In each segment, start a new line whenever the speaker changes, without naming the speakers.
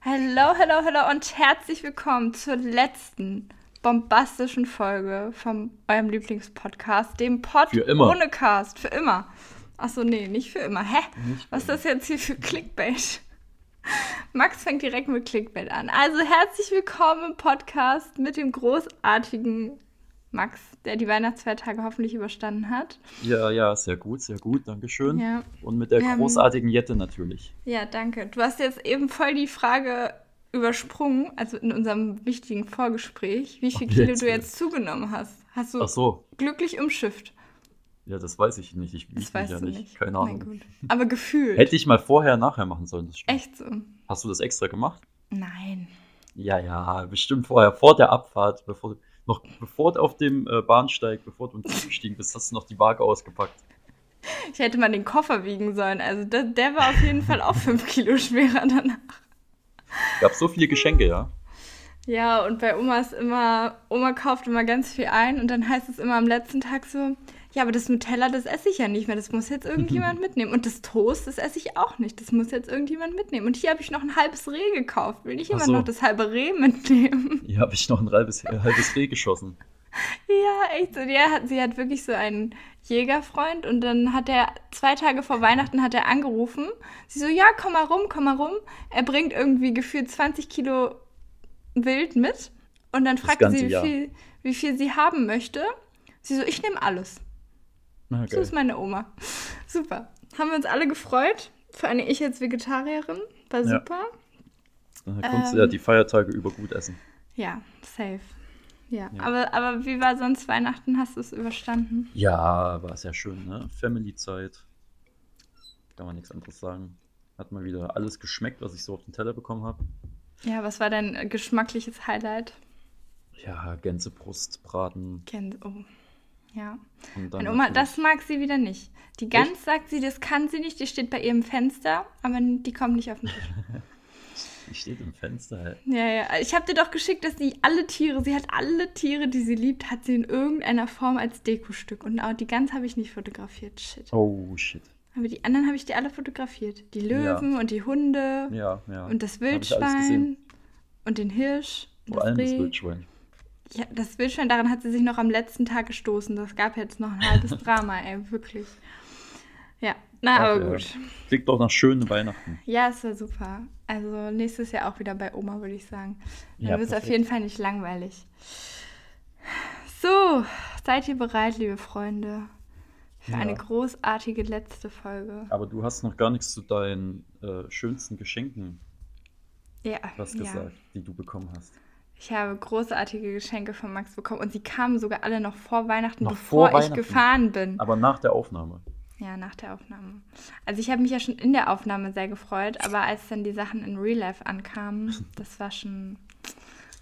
Hello, hello, hello und herzlich willkommen zur letzten bombastischen Folge von eurem Lieblingspodcast, dem Pod
Für immer.
ohne Cast, für immer. Achso, nee, nicht für immer. Hä?
Nicht
Was ist das jetzt hier für Clickbait? Max fängt direkt mit Clickbait an. Also herzlich willkommen im Podcast mit dem großartigen Max, der die Weihnachtsfeiertage hoffentlich überstanden hat.
Ja, ja, sehr gut, sehr gut, Dankeschön.
Ja.
Und mit der
Ähm.
großartigen Jette natürlich.
Ja, danke. Du hast jetzt eben voll die Frage übersprungen, also in unserem wichtigen Vorgespräch, wie viel
Ach,
Kilo
jetzt
du
wieder.
jetzt zugenommen hast. Hast du
Ach so,
glücklich umschifft?
ja, das weiß ich nicht. Ich
Das
wies mich
weißt
ja
du
nicht.
nicht.
Keine
Na
Ahnung.
gut. Aber gefühlt.
Hätte ich mal vorher, nachher machen sollen. Das stimmt.
Echt so.
Hast du das extra gemacht?
Nein.
Ja, ja, bestimmt vorher, vor der Abfahrt, bevor, noch bevor du auf dem äh, Bahnsteig, bevor du uns gestiegen bist, hast du noch die Waage ausgepackt.
Ich hätte mal den Koffer wiegen sollen. Also der, der war auf jeden Fall auch fünf Kilo schwerer danach.
Gab so viele Geschenke, ja?
Ja, und bei Oma ist immer, Oma kauft immer ganz viel ein und dann heißt es immer am letzten Tag so, ja, aber das Nutella, das esse ich ja nicht mehr, das muss jetzt irgendjemand mitnehmen. Und das Toast, das esse ich auch nicht, das muss jetzt irgendjemand mitnehmen. Und hier habe ich noch ein halbes Reh gekauft, will nicht
Ach
jemand
so.
noch das halbe Reh mitnehmen?
Hier habe ich noch ein halbes, äh, halbes Reh geschossen.
ja, echt so, ja, hat, sie hat wirklich so einen Jägerfreund und dann hat er, zwei Tage vor Weihnachten hat er angerufen, sie so, ja, komm mal rum, komm mal rum. Er bringt irgendwie gefühlt 20 Kilo wild mit. Und dann fragte
ganze
sie, wie
Jahr.
viel, wie viel sie haben möchte. Sie so, ich nehme alles.
Na,
So
geil.
ist meine Oma. Super. Haben wir uns alle gefreut. Vor allem ich als Vegetarierin. War
Ja.
super.
Dann konntest du
ähm.
ja die Feiertage über gut essen.
Ja, safe. Ja.
Ja.
Aber, aber wie war sonst Weihnachten? Hast du es überstanden?
Ja, war sehr schön, ne? Family-Zeit. Kann man nichts anderes sagen. Hat mal wieder alles geschmeckt, was ich so auf den Teller bekommen habe.
Ja, was war dein äh, geschmackliches Highlight?
Ja, Gänsebrustbraten.
Kennt. Oh. Ja.
Und dann
Meine Oma,
natürlich-
das mag sie wieder nicht. Die Gans sagt sie, das kann sie nicht. Die steht bei ihrem Fenster, aber die kommt nicht auf den Tisch.
Ich steht im Fenster halt.
Ja, ja. Ich habe dir doch geschickt, dass sie alle Tiere, sie hat alle Tiere, die sie liebt, hat sie in irgendeiner Form als Dekostück. Und auch die Gans habe ich nicht fotografiert. Shit.
Oh, shit.
Aber die anderen habe ich dir alle fotografiert. Die Löwen und die Hunde
Ja, ja.
und das
Hab ich alles
Wildschwein
gesehen.
und den Hirsch. und
Vor allem das
Reh.
Wildschwein.
Ja, das Wildschwein, daran hat sie sich noch am letzten Tag gestoßen. Das gab jetzt noch ein halbes Drama, ey, wirklich. Ja, na,
Ach,
aber
ja.
gut.
Klingt doch nach schönen Weihnachten.
Ja, es war super. Also nächstes Jahr auch wieder bei Oma, würde ich sagen. Dann
Ja,
wird es auf
perfekt.
jeden Fall nicht langweilig. So, seid ihr bereit, liebe Freunde, für
Ja.
eine großartige letzte Folge?
Aber du hast noch gar nichts zu deinen äh, schönsten Geschenken
Ja,
was
ja.
gesagt, die du bekommen hast.
Ich habe großartige Geschenke von Max bekommen und sie kamen sogar alle noch vor Weihnachten,
Noch
bevor
vor
ich
Weihnachten?
gefahren bin.
Aber nach der Aufnahme.
Ja, nach der Aufnahme. Also ich habe mich ja schon in der Aufnahme sehr gefreut, aber als dann die Sachen in Real Life ankamen, das war schon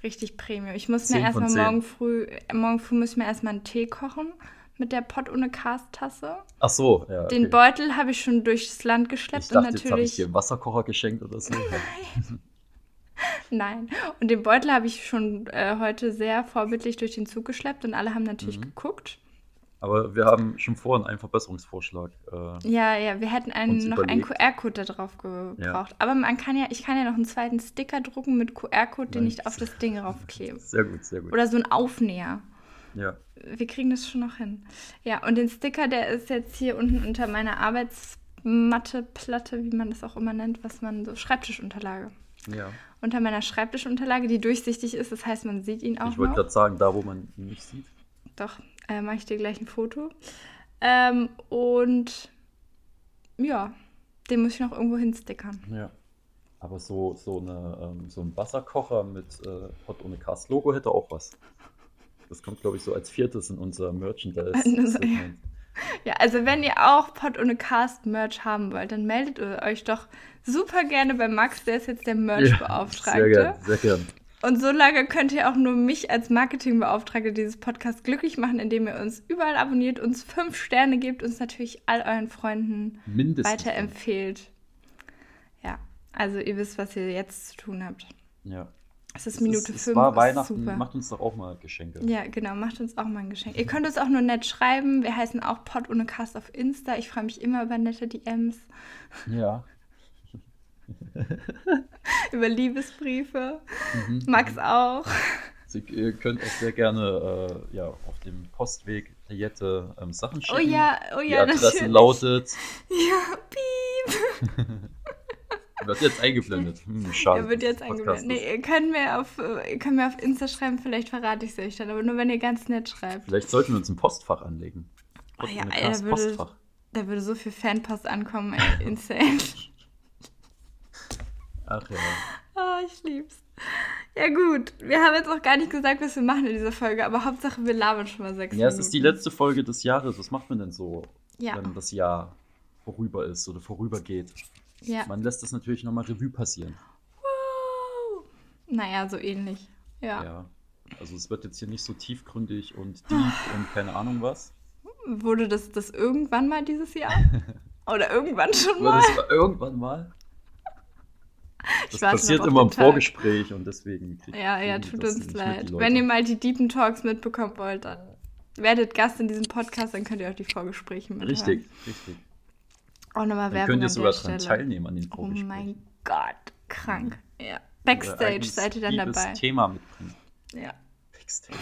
richtig Premium. Ich muss mir
Zehn von
erstmal
zehn.
morgen früh, äh, morgen früh muss ich mir erstmal einen Tee kochen mit der Pott ohne Cast-Tasse.
Ach so, ja.
Den
okay.
Beutel habe ich schon durchs Land geschleppt
Ich dachte,
und
jetzt habe ich
natürlich.
dir einen Wasserkocher geschenkt oder so.
Nein. Und den Beutel habe ich schon äh, heute sehr vorbildlich durch den Zug geschleppt und alle haben
Mhm.
natürlich geguckt.
Aber wir haben schon vorhin einen Verbesserungsvorschlag. Äh,
Ja, ja, wir hätten einen,
Uns
noch einen
überlegt.
QR-Code da drauf gebraucht. Aber man kann ja, ich kann ja noch einen zweiten Sticker drucken mit QR-Code, den ich
Nice.
auf das Ding raufklebe.
sehr gut, sehr gut.
Oder so ein Aufnäher.
ja.
Wir kriegen das schon noch hin. Ja, und den Sticker, der ist jetzt hier unten unter meiner Arbeitsmatte-Platte, wie man das auch immer nennt, was man so Schreibtischunterlage.
ja.
Unter meiner Schreibtischunterlage, die durchsichtig ist, das heißt, man sieht ihn auch
Ich wollte
noch.
gerade sagen, da wo man ihn nicht sieht.
Doch, äh, mache ich dir gleich ein Foto. Ähm, und ja, den muss ich noch irgendwo hinstickern.
Ja. Aber so, so, eine, ähm, so ein Wasserkocher mit äh, Hot ohne Cast Logo hätte auch was. Das kommt, glaube ich, so als viertes in unser Merchandise-Segment.
Ja, also wenn ihr auch Pod ohne Cast Merch haben wollt, dann meldet euch doch super gerne bei Max, der ist jetzt der
Sehr
Merch-Beauftragte.
gern, sehr gern.
und so lange könnt ihr auch nur mich als Marketingbeauftragte dieses Podcast glücklich machen, indem ihr uns überall abonniert, uns fünf Sterne gebt, uns natürlich all euren Freunden
Mindestens.
weiterempfehlt. Ja, also ihr wisst, was ihr jetzt zu tun habt.
Ja.
Es ist
Es
Minute
ist,
fünf.
Es war
ist
Weihnachten,
super.
macht uns doch auch mal Geschenke.
Ja, genau, macht uns auch mal ein Geschenk. Ihr könnt uns auch nur nett schreiben. Wir heißen auch Pod ohne Cast auf Insta. Ich freue mich immer über nette DMs.
Ja.
Über Liebesbriefe.
Mhm.
Max auch.
Sie, ihr könnt auch sehr gerne äh, ja, auf dem Postweg Jette ähm, Sachen schicken.
Oh ja, oh
Die
ja,
Adresse
natürlich.
lautet,
Ja, piep.
wird jetzt eingeblendet. Hm, schade.
Er wird
dass
jetzt
das
angemeldet.
Podcast ist.
Nee, ihr könnt mir, auf, äh, ihr könnt mir auf Insta schreiben, vielleicht verrate ich es euch dann, aber nur wenn ihr ganz nett schreibt.
Vielleicht sollten wir uns ein Postfach anlegen.
Oh ja,
Ein
Alter,
krasses
würde-
Postfach.
Da würde so viel Fanpost ankommen, ey, insane.
Ach ja.
Oh, ich lieb's. Ja gut, wir haben jetzt auch gar nicht gesagt, was wir machen in dieser Folge, aber Hauptsache wir labern schon mal sechs
Ja,
Minuten.
es ist die letzte Folge des Jahres. Was macht man denn so,
Ja,
wenn das Jahr vorüber ist oder vorübergeht?
ja.
Man lässt das natürlich nochmal Revue passieren.
Wow. Naja, so ähnlich. Ja.
Ja. Also es wird jetzt hier nicht so tiefgründig und deep
Ah.
und keine Ahnung was.
Wurde das, das irgendwann mal dieses Jahr? Oder irgendwann schon
Aber
mal?
das war irgendwann mal. Das
Ich warte
passiert
noch auf
immer im
den Tag.
Vorgespräch und deswegen kriegt
Ja, ja,
kriegen die
tut
das
uns
nicht mit, die
leid.
Leute.
Wenn ihr mal die Deepen Talks mitbekommen wollt, dann werdet Gast in diesem Podcast, dann könnt ihr auch die Vorgespräche mithören.
Richtig, richtig.
Auch nochmal
Dann
Werbung
könnt ihr
an
sogar
der
dran
Stelle.
teilnehmen an den
Oh
Vorgesprächen.
mein Gott, krank. Ja.
Euer
Backstage
eigenes
seid ihr dann
Mhm. liebes
dabei.
Thema mitbringen.
Ja.
Backstage.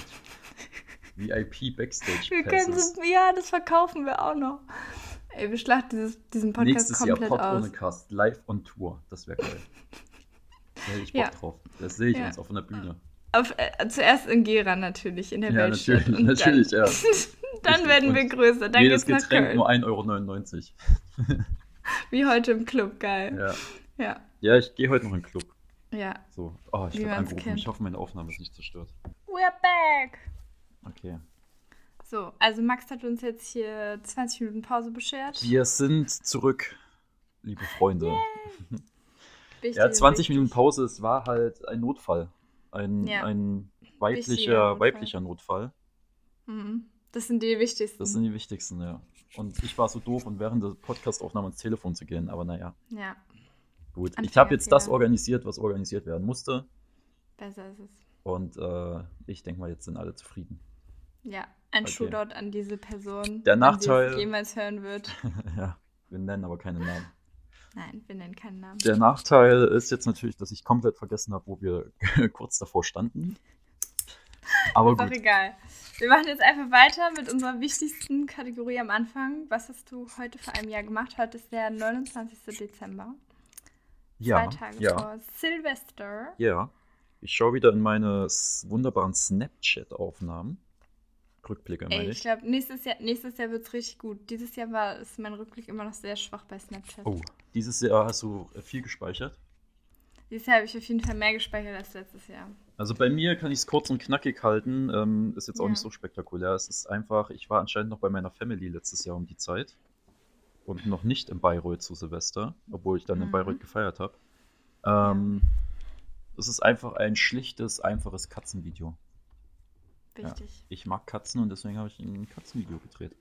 VIP Backstage.
Wir können
Passes.
so, ja, das verkaufen wir auch noch. Ey, wir schlachten dieses, diesen Podcast
Nächstes Jahr
komplett
Pod
aus.
ohne Cast live on Tour. Das wäre geil. Da hätte ich Bock
Ja.
drauf. Das sehe ich
Ja.
uns auf einer Bühne.
Auf, äh, zuerst in Gera natürlich, in der
Ja,
Weltstadt.
natürlich,
Und
natürlich, ja.
Dann, dann
Richtig.
werden wir
Und
größer. Dann
Jedes
geht's nach
Getränk
Köln.
nur 1,99
Wie heute im Club, geil.
Euro. Ja,
Ja,
ja ich gehe heute noch in den Club.
ja.
So. Oh, ich
Wie
werde
man's
angerufen.
kennt.
Ich hoffe, meine Aufnahme ist nicht zerstört.
We're back!
Okay.
So, also Max hat uns jetzt hier 20 Minuten Pause beschert.
Wir sind zurück, liebe Freunde.
Wichtig
Ja,
und
20
wichtig.
Minuten Pause, es war halt ein Notfall. Ein,
Ja.
ein
Wichtiger
weiblicher,
Notfall.
weiblicher Notfall.
Mhm. Das sind die wichtigsten.
Das sind die wichtigsten, ja. Und ich war so doof und während der Podcastaufnahme ans Telefon zu gehen, aber naja,
ja,
gut. Ich
Anfängerfehler.
habe jetzt das organisiert, was organisiert werden musste.
besser ist es.
Und äh, ich denke mal, jetzt sind alle zufrieden.
Ja, ein
Okay.
Shootout an diese Person,
Der
wenn
Nachteil-
sie es jemals hören wird.
ja, wir nennen aber keine Namen.
Nein, wir nennen keinen Namen.
Der Nachteil ist jetzt natürlich, dass ich komplett vergessen habe, wo wir kurz davor standen. Aber
Ist auch
gut,
egal. Wir machen jetzt einfach weiter mit unserer wichtigsten Kategorie am Anfang. Was hast du heute vor einem Jahr gemacht? Heute ist der 29. Dezember.
ja,
Zwei Tage
ja,
vor Silvester.
ja. Ich schaue wieder in meine s- wunderbaren Snapchat-Aufnahmen. Rückblicke, meine
Ey, ich
ich.
glaube, nächstes Jahr, nächstes Jahr wird es richtig gut. Dieses Jahr war ist mein Rückblick immer noch sehr schwach bei Snapchat.
Oh, dieses Jahr hast du äh, viel gespeichert.
Dieses Jahr habe ich auf jeden Fall mehr gespeichert als letztes Jahr.
Also bei mir kann ich es kurz und knackig halten. Ähm, ist jetzt auch
Ja.
nicht so spektakulär. Es ist einfach, ich war anscheinend noch bei meiner Family letztes Jahr um die Zeit. Und noch nicht in Bayreuth zu Silvester, obwohl ich dann in
Mhm.
Bayreuth gefeiert habe. Ähm, es ist einfach ein schlichtes, einfaches Katzenvideo.
Wichtig.
Ich mag Katzen und deswegen habe ich ein Katzenvideo gedreht.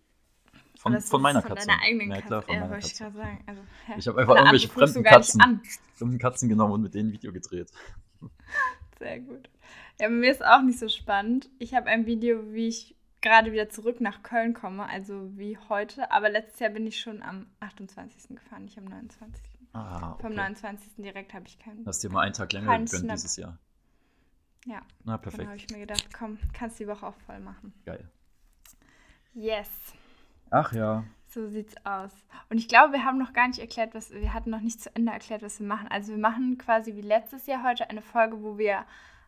Aber
Von,
das
von
ist
meiner
von
Katze.
Deiner eigenen
ja, klar,
Katze.
von
ja,
meiner
wollte ich
Katze.
gerade sagen. Also, ja.
Ich habe einfach irgendwelche
Andere guckst
fremden
du gar nicht
Katzen,
an.
fremden Katzen genommen und mit denen ein Video gedreht.
Sehr gut. Ja, bei mir ist auch nicht so spannend. Ich habe ein Video, wie ich gerade wieder zurück nach Köln komme, also wie heute. Aber letztes Jahr bin ich schon am 28. gefahren, nicht am 29.
Ah,
Vom
okay.
29. direkt habe ich keinen.
Hast dir mal einen Tag länger
Kein
gegönnt
Snap.
dieses Jahr.
Ja,
Na,
dann habe
perfekt.
Genau, ich mir gedacht, komm, kannst die Woche auch voll machen.
Geil.
Yes,
Ach ja.
so sieht's aus. Und ich glaube, wir haben noch gar nicht erklärt, was wir hatten noch nicht zu Ende erklärt, was wir machen. Also wir machen quasi wie letztes Jahr heute eine Folge, wo wir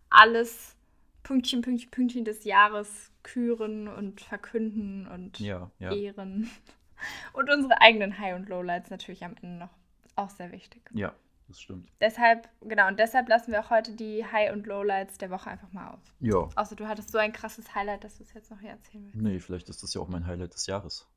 alles Pünktchen, Pünktchen, Pünktchen des Jahres küren und verkünden und
Ja, ja.
Ehren. Und unsere eigenen High- und Lowlights natürlich am Ende noch. Auch sehr wichtig.
Ja, das stimmt.
Deshalb, genau, und deshalb lassen wir auch heute die High- und Lowlights der Woche einfach mal aus.
Ja.
Außer du hattest so ein krasses Highlight, dass du es jetzt noch hier erzählen willst.
Nee, vielleicht ist das ja auch mein Highlight des Jahres.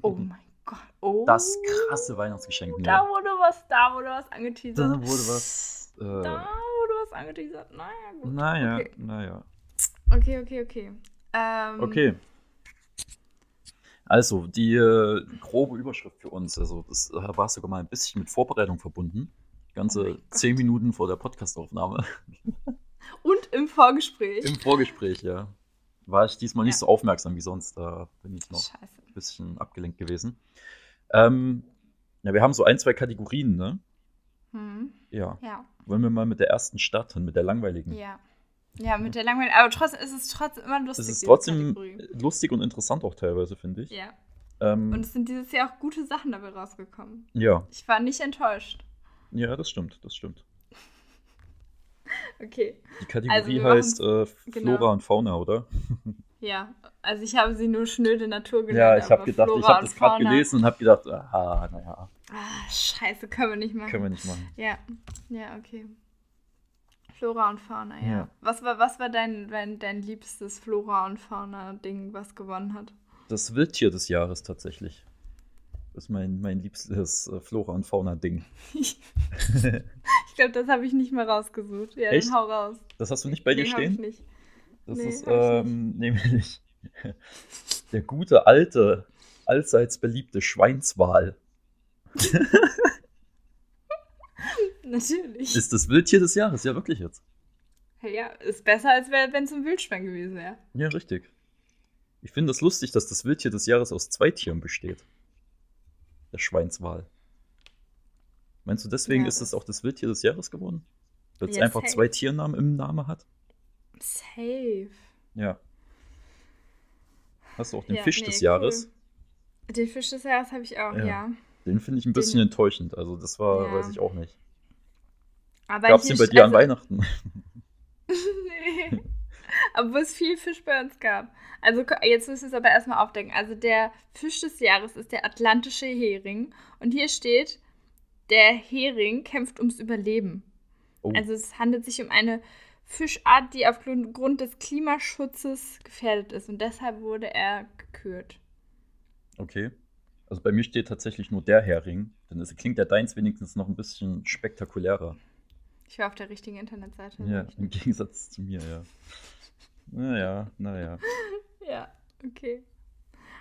Oh mein Gott. Oh.
Das krasse Weihnachtsgeschenk. ne?
Da wurde was, da wurde was angeteasert.
Da wurde was.
Da
Äh,
wurde was angeteasert. Naja, gut.
naja,
Okay.
naja.
Okay, okay, okay. Ähm,
Okay. Also, die äh, grobe Überschrift für uns, also das äh, war sogar mal ein bisschen mit Vorbereitung verbunden.
Oh
Ganze
mein Gott.
zehn Minuten vor der Podcastaufnahme.
Und im Vorgespräch.
Im Vorgespräch, ja. War ich diesmal nicht
Ja.
so aufmerksam wie sonst. Da bin ich noch
Scheiße.
ein bisschen abgelenkt gewesen. Ähm, ja, wir haben so ein, zwei Kategorien, ne?
Hm.
Ja.
Ja.
Wollen wir mal mit der ersten Stadt und mit der langweiligen.
Ja. Ja, mit der langweiligen. Aber trotzdem ist es trotzdem immer lustig.
Es ist
diese
trotzdem
Kategorie.
lustig und interessant auch teilweise, finde ich.
Ja.
Ähm,
Und es sind dieses Jahr auch gute Sachen dabei rausgekommen.
ja,
Ich war nicht enttäuscht.
ja, das stimmt, das stimmt.
Okay.
Die
Also
Kategorie
wir machen-
heißt äh,
genau.
Flora und Fauna, oder?
Ja. Also ich habe sie nur schnöde Natur genannt.
Ja, ich habe
aber
gedacht, ich
Flora
habe
und
das gerade
Fauna-
gelesen und habe gedacht, aha, naja,
Ah, scheiße, können wir nicht machen.
können wir nicht machen.
Ja, ja, okay. Flora und Fauna, ja.
Ja.
Was war, was war dein, dein, dein liebstes Flora und Fauna-Ding, was gewonnen hat?
Das Wildtier des Jahres tatsächlich. Das ist mein, mein liebstes äh, Flora und Fauna-Ding.
ich glaube, das habe ich nicht mal rausgesucht. Ja,
Echt?
dann hau raus.
Das hast du nicht bei dir
Nee, hab
stehen?
Ich nicht.
Das
Nee,
ist
hab ich
ähm, nämlich der gute, alte, allseits beliebte Schweinswal.
Natürlich.
Ist das Wildtier des Jahres, ja wirklich jetzt.
ja, ist besser, als wenn es ein Wildschwein gewesen wäre.
Ja, richtig. Ich finde es das lustig, dass das Wildtier des Jahres aus zwei Tieren besteht. Der Schweinswal. Meinst du, deswegen
Ja,
ist es
das-
auch das Wildtier des Jahres geworden? Weil es
Ja,
einfach
safe.
zwei Tiernamen im Namen hat?
Safe.
Ja. Hast du auch den
Ja,
Fisch
nee,
des
cool.
Jahres?
Den Fisch des Jahres habe ich auch,
Ja.
ja.
Den finde ich ein bisschen
Den-
enttäuschend. Also, das war,
Ja.
weiß ich auch nicht.
Aber
Gab es
hier
den bei
st-
dir an
also-
Weihnachten?
Nee. Obwohl es viel Fisch bei uns gab. Also ko- jetzt müssen wir es aber erstmal aufdecken. Also der Fisch des Jahres ist der atlantische Hering. Und hier steht, der Hering kämpft ums Überleben.
Oh,
Also es handelt sich um eine Fischart, die aufgrund des Klimaschutzes gefährdet ist. Und deshalb wurde er gekürt.
okay. Also bei mir steht tatsächlich nur der Hering. Dann ist, klingt der deins wenigstens noch ein bisschen spektakulärer.
Ich war auf der richtigen Internetseite.
Ja,
sag ich
im
nur.
Gegensatz zu mir, ja. Naja, naja.
ja, okay.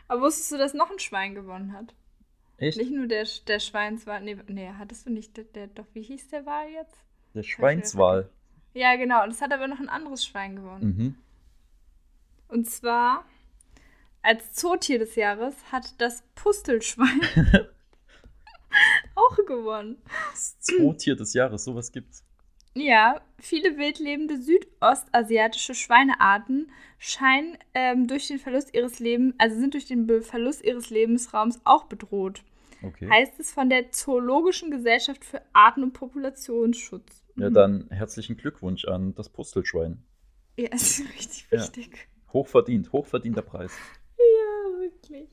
Aber wusstest du, dass noch ein Schwein gewonnen hat?
Echt?
Nicht nur der, der Schweinswal. Nee, nee, hattest du nicht der, der, doch, wie hieß der Wal jetzt?
Der Schweinswal.
Ja, genau. Und es hat aber noch ein anderes Schwein gewonnen.
Mhm.
Und zwar als Zootier des Jahres hat das Pustelschwein auch gewonnen.
Das Zootier des Jahres, sowas gibt's.
Ja, viele wildlebende südostasiatische Schweinearten scheinen ähm, durch den Verlust ihres Lebens, also sind durch den Be- Verlust ihres Lebensraums auch bedroht.
Okay.
Heißt es von der Zoologischen Gesellschaft für Arten- und Populationsschutz.
Ja, dann herzlichen Glückwunsch an das Pustelschwein.
Ja, ist richtig
Ja.
wichtig.
Hochverdient, hochverdienter Preis.
Ja, wirklich.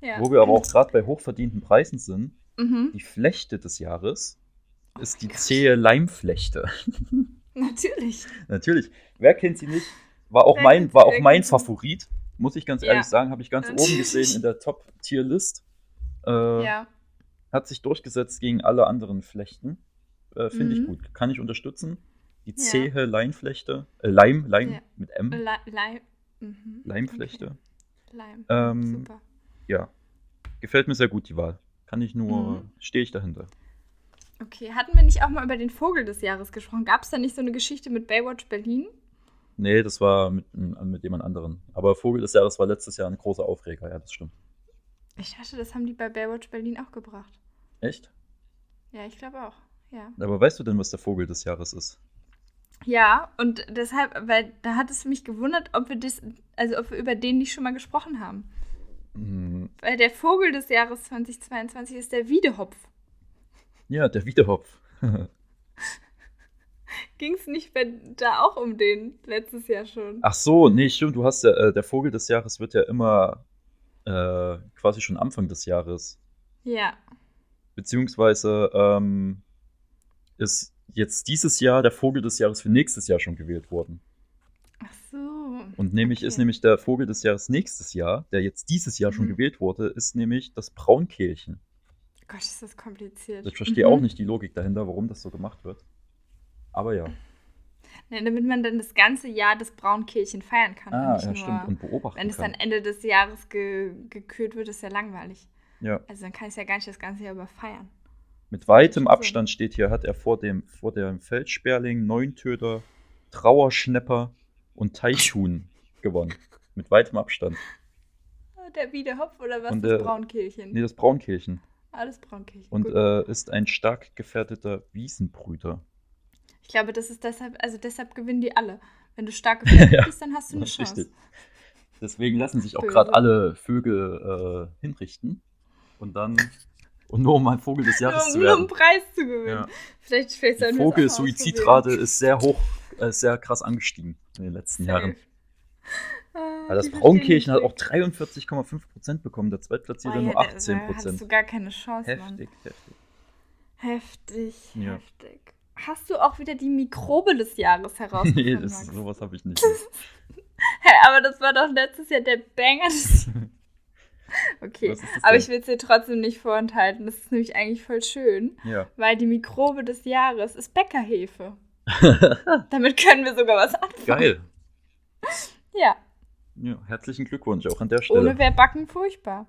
Ja.
Wo wir aber auch gerade bei hochverdienten Preisen sind,
Mhm.
die Flechte des Jahres
Oh
ist
mein
die
Gott.
zähe Leimflechte.
Natürlich.
Natürlich. Wer kennt sie nicht? War auch
Wer
mein,
kennt-
war
wer
auch mein
kennt sie nicht?
Favorit. Muss ich ganz
Ja.
ehrlich sagen, habe ich ganz
Natürlich.
oben gesehen in der Top-Tier-List. Äh,
Ja.
Hat sich durchgesetzt gegen alle anderen Flechten. Äh, Finde ich
Mhm.
gut. Kann ich unterstützen. Die
Ja.
zähe Leinflechte. Äh, Leim, Leim
Ja.
mit M.
Le Leim. Mhm.
Leimflechte.
Okay. Leim.
Ähm,
Super.
Ja. Gefällt mir sehr gut, die Wahl. Kann ich nur,
Mhm.
stehe ich dahinter.
Okay, hatten wir nicht auch mal über den Vogel des Jahres gesprochen? Gab es da nicht so eine Geschichte mit Baywatch Berlin?
Nee, das war mit, mit jemand anderen. Aber Vogel des Jahres war letztes Jahr ein großer Aufreger, ja, das stimmt.
Ich dachte, das haben die bei Baywatch Berlin auch gebracht.
Echt?
Ja, ich glaube auch. Ja.
Aber weißt du denn, was der Vogel des Jahres ist?
ja, und deshalb, weil da hat es mich gewundert, ob wir das, also ob wir über den nicht schon mal gesprochen haben.
Hm,
Weil der Vogel des Jahres 2022 ist der Wiedehopf.
Ja, der Wiederhopf.
Ging es nicht bei, da auch um den letztes Jahr schon?
Ach so, nee, stimmt, du hast ja, äh, der Vogel des Jahres wird ja immer äh, quasi schon Anfang des Jahres.
Ja.
Beziehungsweise ähm, ist jetzt dieses Jahr der Vogel des Jahres für nächstes Jahr schon gewählt worden.
Ach so.
Und nämlich
Okay.
ist nämlich der Vogel des Jahres nächstes Jahr, der jetzt dieses Jahr schon
Mhm.
gewählt wurde, ist nämlich das Braunkehlchen.
Gott, ist das kompliziert.
Ich verstehe
Mhm.
auch nicht die Logik dahinter, warum das so gemacht wird. Aber ja.
Nee, damit man dann das ganze Jahr das Braunkehlchen feiern kann. und
Ah,
nicht
ja,
nur,
stimmt. Und beobachten
wenn es dann
kann.
Ende des Jahres ge gekürt wird, ist ja langweilig.
Ja.
Also dann kann ich es ja gar nicht das ganze Jahr über feiern.
Mit weitem
Macht schon
Abstand steht hier, hat er vor dem, vor dem Feldsperling, Neuntöter, Trauerschnepper und Teichhuhn gewonnen. Mit weitem Abstand.
Ah, Der Wiederhopf oder was?
Und,
das
äh,
Braunkehlchen.
Nee, das Braunkehlchen.
Alles Braunkirchen.
und
Gut.
äh, ist ein stark gefährdeter Wiesenbrüter.
ich glaube, das ist deshalb, also deshalb gewinnen die alle. Wenn du stark gefährdet
Ja,
bist, dann hast du eine
Das ist
Chance.
richtig. Deswegen lassen sich auch
Böse.
gerade alle Vögel äh, hinrichten und dann und nur um ein Vogel des
Nur,
Jahres
um-
zu
nur um einen
werden.
Preis zu gewinnen.
Ja.
Vielleicht, vielleicht
Die
sollten wir das auch mal
Vogelsuizidrate ist sehr hoch, äh, sehr krass angestiegen in den letzten
ausprobieren.
Jahren.
Ah,
Ja, das
die
Braunkirchen hat
verstehen
auch 43,5% bekommen, der Zweitplatzierte
nicht.
nur
Boah, Oh ja, da- Da hattest
18%.
du gar keine Chance, Mann.
Heftig, heftig.
Heftig,
Ja.
heftig. Hast du auch wieder die Mikrobe des Jahres herausgefunden?
nee, das,
Max?
sowas habe ich nicht.
Hä, aber das war doch letztes Jahr der Banger des Okay,
Was ist das
aber
denn?
ich will es dir trotzdem nicht vorenthalten. Das ist nämlich eigentlich voll schön,
Ja.
weil die Mikrobe des Jahres ist Bäckerhefe. Damit können wir sogar was anfangen.
Geil.
Ja,
Ja, herzlichen Glückwunsch auch an der Stelle.
ohne wäre Backen furchtbar.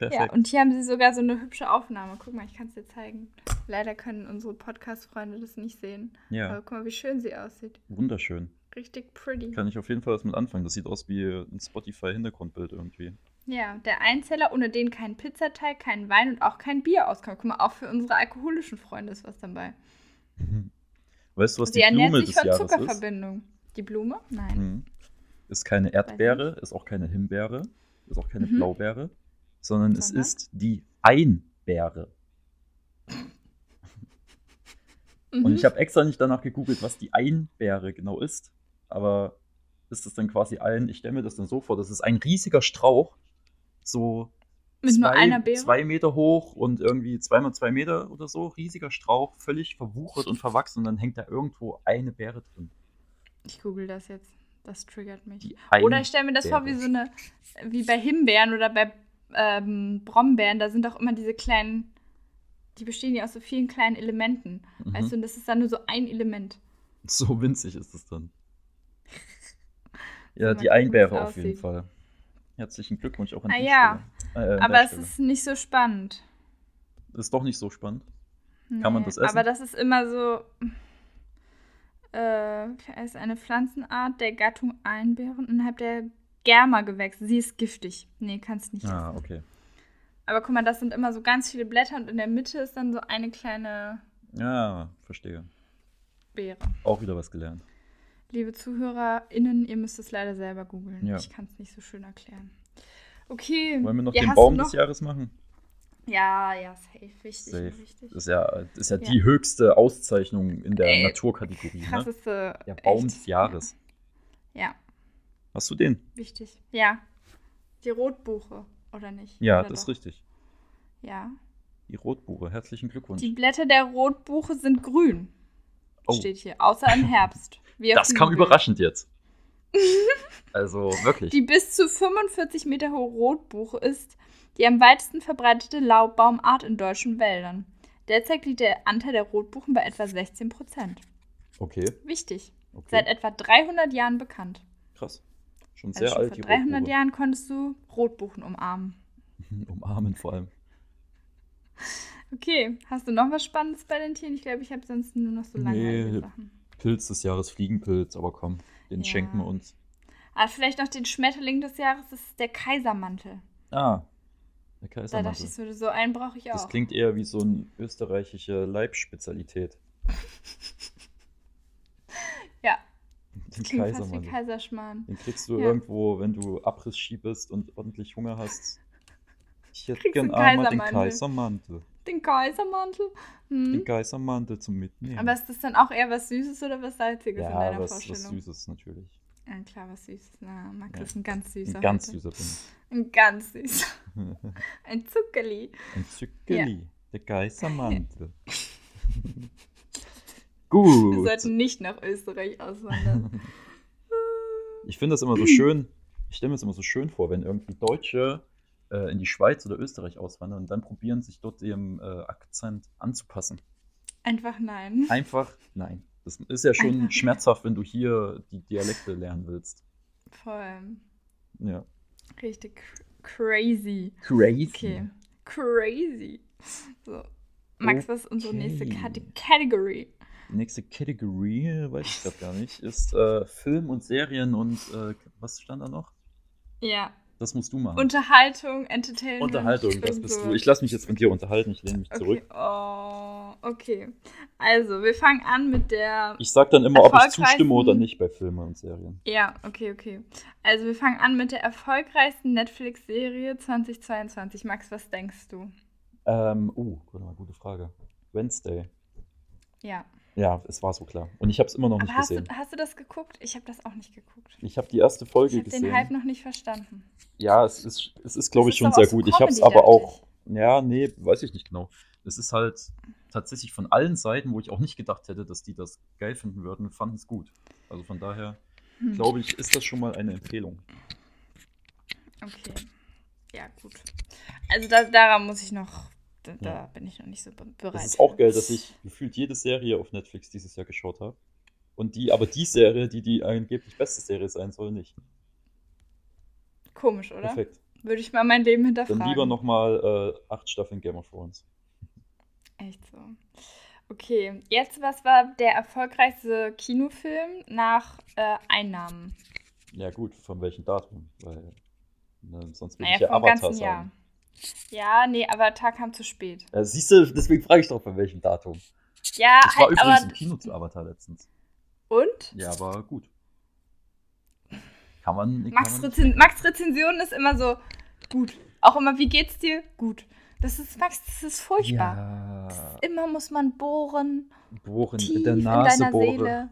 Ja,
Perfekt.
und hier haben sie sogar so eine hübsche Aufnahme. Guck mal, ich kann es dir zeigen. Leider können unsere Podcast-Freunde das nicht sehen.
Ja,
Aber guck mal, wie schön sie aussieht.
wunderschön.
Richtig pretty.
Kann ich auf jeden Fall was mit anfangen. Das sieht aus wie ein Spotify-Hintergrundbild irgendwie.
Ja, der Einzeller, ohne den kein Pizzateig, kein Wein und auch kein Bier auskommt. Guck mal, auch für unsere alkoholischen Freunde ist was dabei.
Weißt du, was
sie
die
ernährt
Blume
sich
des
von
Jahres ist?
Zuckerverbindung. Die Blume? Nein.
Mhm. Ist keine Erdbeere, ist auch keine Himbeere, ist auch keine
Mhm.
Blaubeere, sondern es
Sondern?
ist die Einbeere. Und
Mhm.
ich habe extra nicht danach gegoogelt, was die Einbeere genau ist. Aber ist das dann quasi ein, ich stelle mir das dann so vor, das ist ein riesiger Strauch, so
Mit nur
zwei,
einer Beere?
zwei Meter hoch und irgendwie zweimal zwei Meter oder so, riesiger Strauch, völlig verwuchert und verwachsen und dann hängt da irgendwo eine Beere drin.
Ich google das jetzt. Das triggert mich.
Die Einbeere.
Oder ich stelle mir das vor wie so eine, wie bei Himbeeren oder bei ähm, Brombeeren, da sind auch immer diese kleinen, die bestehen ja aus so vielen kleinen Elementen.
Mhm.
Weißt du, und das ist dann nur so ein Element.
So winzig ist es dann. Ja,
mal gucken, wie
die Einbeere
es
auf jeden
aussieht.
Fall. Herzlichen Glückwunsch auch an
Ah
die
ja,
Stelle. Äh, an
Aber
der
es
Stelle.
ist nicht so spannend.
ist doch nicht so spannend. Kann man das essen?
Aber das ist immer so. Äh, es ist eine Pflanzenart der Gattung Einbeeren innerhalb der Germa-Gewächse. Sie ist giftig. Nee, kannst nicht
Ah,
essen.
okay.
Aber guck mal, das sind immer so ganz viele Blätter und in der Mitte ist dann so eine kleine
Ja, verstehe.
Beere.
Auch wieder was gelernt.
Liebe ZuhörerInnen, ihr müsst es leider selber googeln.
Ja.
Ich kann es nicht so schön erklären. Okay.
Wollen wir noch
Ja,
den
hast du
Baum des
noch-
Jahres machen?
Ja, ja, safe. Wichtig,
Safe.
wichtig.
Das ist ja, das ist ja,
Ja. Äh,
die höchste Auszeichnung in der
Ey,
Naturkategorie. Ne?
Krasseste.
Der Baum
echt.
des Jahres.
Ja,
Hast du den?
wichtig. Ja. Die Rotbuche, oder nicht?
Ja,
oder
das ist
doch?
richtig.
Ja.
Die Rotbuche. Herzlichen Glückwunsch.
Die Blätter der Rotbuche sind grün,
oh,
steht hier. Außer im Herbst. Wie auf
das
dem
kam
Bild.
überraschend jetzt. also wirklich.
Die bis zu 45 Meter hohe Rotbuche ist die am weitesten verbreitete Laubbaumart in deutschen Wäldern. Derzeit liegt der Anteil der Rotbuchen bei etwa 16 Prozent.
Okay,
Wichtig.
okay.
Seit etwa 300 Jahren bekannt.
Krass. Schon
Also
sehr
schon
alt,
vor
die
300
Rotbuche.
Jahren konntest du Rotbuchen umarmen.
Umarmen vor allem.
Okay, hast du noch was Spannendes bei den Tieren? Ich glaube, ich habe sonst nur noch so langweilige
Nee.
Sachen.
Pilz des Jahres, Fliegenpilz, aber komm, den
Ja.
schenken wir uns.
Ah, vielleicht noch den Schmetterling des Jahres, das ist der Kaisermantel.
Ah,
Da dachte
der Kaisermantel.
ich so, so einen brauche ich
Das
auch.
klingt eher wie so eine österreichische Leibspezialität.
Ja,
Den
klingt fast wie
Kaisermantel.
Kaiserschmarrn.
Den kriegst du
Ja.
irgendwo, wenn du Abrissski bist und ordentlich Hunger hast. Ich hätte
Kriegst
gern
einen
einmal den
Kaisermantel.
Kaisermantel.
Den Kaisermantel? Hm.
Den Kaisermantel zum Mitnehmen.
Aber ist das dann auch eher was Süßes oder was Salziges in
ja,
deiner
was, was
Vorstellung?
Süßes natürlich.
Ja, klar, was Süßes. Na, Max
Ja.
ist ein ganz süßer.
Ein ganz
heute.
süßer Bund.
Ein ganz süßer. Ein Zuckerli.
Ein Zückeli. Der Kaisermantel. Gut.
Wir sollten nicht nach Österreich auswandern.
Ich finde das immer so schön, ich stelle mir das immer so schön vor, wenn irgendwie Deutsche äh, in die Schweiz oder Österreich auswandern und dann probieren, sich dort ihrem äh, Akzent anzupassen.
Einfach nein.
Einfach nein. Das ist ja schon schmerzhaft, wenn du hier die Dialekte lernen willst.
Voll.
Ja.
Richtig cr- crazy.
Crazy.
Okay. Crazy. So. Max, was ist unsere nächste
Okay.
Kate Category?
Nächste Kategorie, weiß ich gerade gar nicht, ist äh, Film und Serien und äh, was stand da noch?
Ja.
Das musst du machen.
Unterhaltung, Entertainment.
Unterhaltung, das
irgend
bist
sowas.
du. Ich lasse mich jetzt von dir unterhalten, ich lehne mich
Okay.
zurück.
Oh, okay. Also, wir fangen an mit der.
Ich sag dann immer, ob ich
Erfolgreichen-
zustimme oder nicht bei Filmen und Serien.
Ja, okay, okay. Also, wir fangen an mit der erfolgreichsten Netflix-Serie 2022. Max, was denkst du?
Ähm, uh, warte mal, gute Frage. Wednesday.
Ja.
Ja, es war so klar. Und ich habe es immer noch
Aber
nicht
hast du,
gesehen.
hast du das geguckt? Ich habe das auch nicht geguckt.
Ich habe die erste Folge
Ich habe
gesehen.
den Hype noch nicht verstanden.
Ja, es ist, es ist glaube
Das
ich,
ist
schon
aber
sehr
auch so
gut. Ich habe es
Comedy,
aber
dachte
auch. Ja, nee, weiß ich nicht genau. Es ist halt tatsächlich von allen Seiten, wo ich auch nicht gedacht hätte, dass die das geil finden würden, fanden es gut. Also von daher,
Hm.
glaube ich, ist das schon mal eine Empfehlung.
Okay. Ja, gut. Also, da, daran muss ich noch. Da, da
Ja.
bin ich noch nicht so be- bereit.
Das ist auch
für.
geil, dass ich gefühlt jede Serie auf Netflix dieses Jahr geschaut habe. Und die, aber die Serie, die die angeblich beste Serie sein soll, nicht.
Komisch, oder?
Perfekt.
Würde ich mal mein Leben hinterfragen.
Dann lieber nochmal äh, acht Staffeln Game of Thrones.
Echt so. Okay, jetzt was war der erfolgreichste Kinofilm nach äh, Einnahmen?
Ja, gut, von welchem Datum? Weil ne, sonst würde
Naja,
ich ja
vom
Avatar
ganzen
sagen.
Jahr. Ja, nee, Avatar kam zu spät.
Ja, siehst du, deswegen frage ich doch, bei welchem Datum.
Ja,
Ich war
halt,
übrigens
aber.
im Kino zu Avatar letztens.
Und?
Ja, war gut. Kann man. kann
Max,
man
Rezen Max Rezension ist immer so gut. Auch immer, wie geht's dir? Gut. Das ist, Max, das ist furchtbar.
Ja,
Immer muss man bohren,
bohren,
tief
in der
in
Nase
deiner
bohren.
Seele.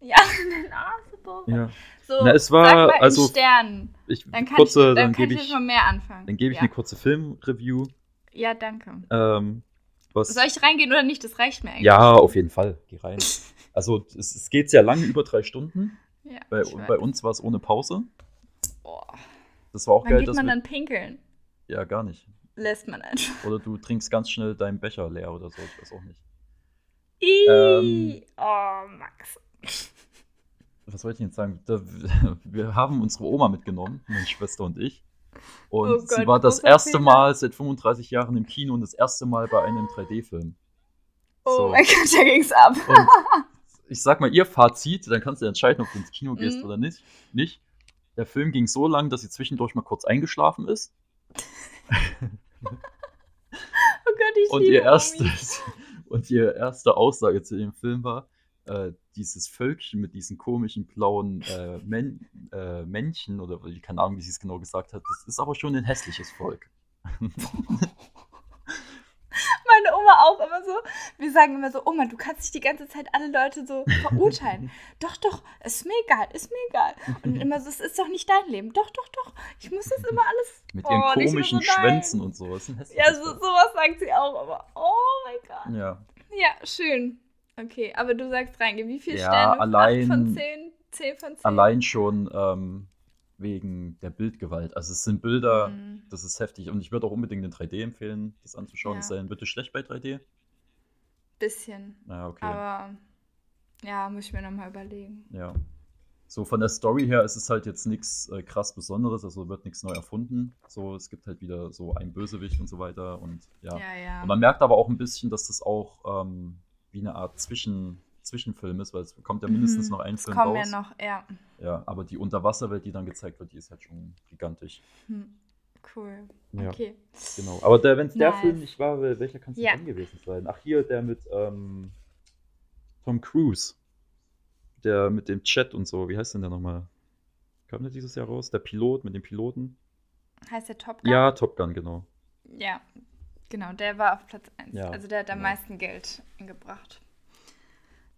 Ja, in der Nase bohren.
Ja.
So,
Na, es war-
sag mal
also-
in Sternen.
Ich,
Dann kann
kurze,
ich,
dann
dann kann
gebe
ich,
ich,
schon mehr anfangen.
dann gebe ich
ja.
eine kurze Filmreview.
Ja, danke.
Ähm, was,
Soll ich reingehen oder nicht? Das reicht mir eigentlich.
ja, auf jeden Fall. Geh rein. Also, es, es geht sehr lang, über drei Stunden.
Ja,
Bei,
ich weiß.
bei uns war es ohne Pause.
Boah.
Das war auch
Wann
geil,
geht
dass
man
wir.
dann pinkeln?
Ja, gar nicht.
Lässt man einfach.
Oder du trinkst ganz schnell deinen Becher leer oder so. Ich weiß auch nicht.
Ih,
Ähm.
oh, Max.
was wollte ich jetzt sagen? Da, wir haben unsere Oma mitgenommen, meine Schwester und ich. Und
Oh
sie
Gott,
war das
großer
erste
Fehler.
Mal seit 35 Jahren im Kino und das erste Mal bei einem 3D-Film.
Oh
So.
mein Gott, da ging's ab.
Und ich sag mal, ihr Fazit, dann kannst du entscheiden, ob du ins Kino gehst
Mhm.
oder nicht. nicht. Der Film ging so lang, dass sie zwischendurch mal kurz eingeschlafen ist.
Oh Gott, ich
Und
liebe
ihr,
Omi.
erstes, und ihr erste Aussage zu dem Film war, äh, dieses Völkchen mit diesen komischen blauen äh, Men äh, Männchen oder wie- keine Ahnung, wie sie es genau gesagt hat, das ist aber schon ein hässliches Volk.
Meine Oma auch immer so. Wir sagen immer so, Oma, du kannst nicht die ganze Zeit alle Leute so verurteilen. doch, doch, ist mir egal, ist mir egal. Und immer so, es ist doch nicht dein Leben. Doch, doch, doch. Ich muss das immer alles.
Mit
Oh,
ihren
nicht nur
komischen
so nein.
Schwänzen und so. Das ist ein hässliches
Ja, so,
Volk.
sowas sagt sie auch immer. Oh mein Gott.
ja.
Ja, schön. Okay, aber du sagst reinge, wie viele
Ja,
Sterne?
allein-
Acht von zehn? Zehn von zehn?
Allein schon ähm, wegen der Bildgewalt. Also es sind Bilder,
Mhm.
das ist heftig. Und ich würde auch unbedingt den 3D empfehlen, das anzuschauen.
Ja.
Ist denn bitte schlecht bei 3D?
Bisschen.
Ja, okay.
Aber ja, muss ich mir nochmal überlegen.
Ja. So von der Story her ist es halt jetzt nichts äh, krass Besonderes, also wird nichts neu erfunden. So, es gibt halt wieder so einen Bösewicht und so weiter und ja.
Ja, ja.
Und man merkt aber auch ein bisschen, dass das auch ähm, wie eine Art Zwischen Zwischenfilm ist, weil es kommt ja mindestens
Mhm.
noch ein
es
Film
kommen
raus.
ja noch, ja.
Ja, aber die Unterwasserwelt, die dann gezeigt wird, die ist halt schon gigantisch.
Hm. Cool.
Ja,
Okay.
genau. Aber wenn es der
Nice.
Film nicht war, wel- welcher kann es
Ja.
denn dann gewesen sein? Ach, hier der mit ähm, Tom Cruise. Der mit dem Chat und so. Wie heißt denn der nochmal? Kam der dieses Jahr raus? Der Pilot mit dem Piloten?
Heißt der Top Gun?
Ja, Top Gun, genau.
Ja. Genau, der war auf Platz 1.
Ja,
also der hat am
genau.
meisten Geld eingebracht.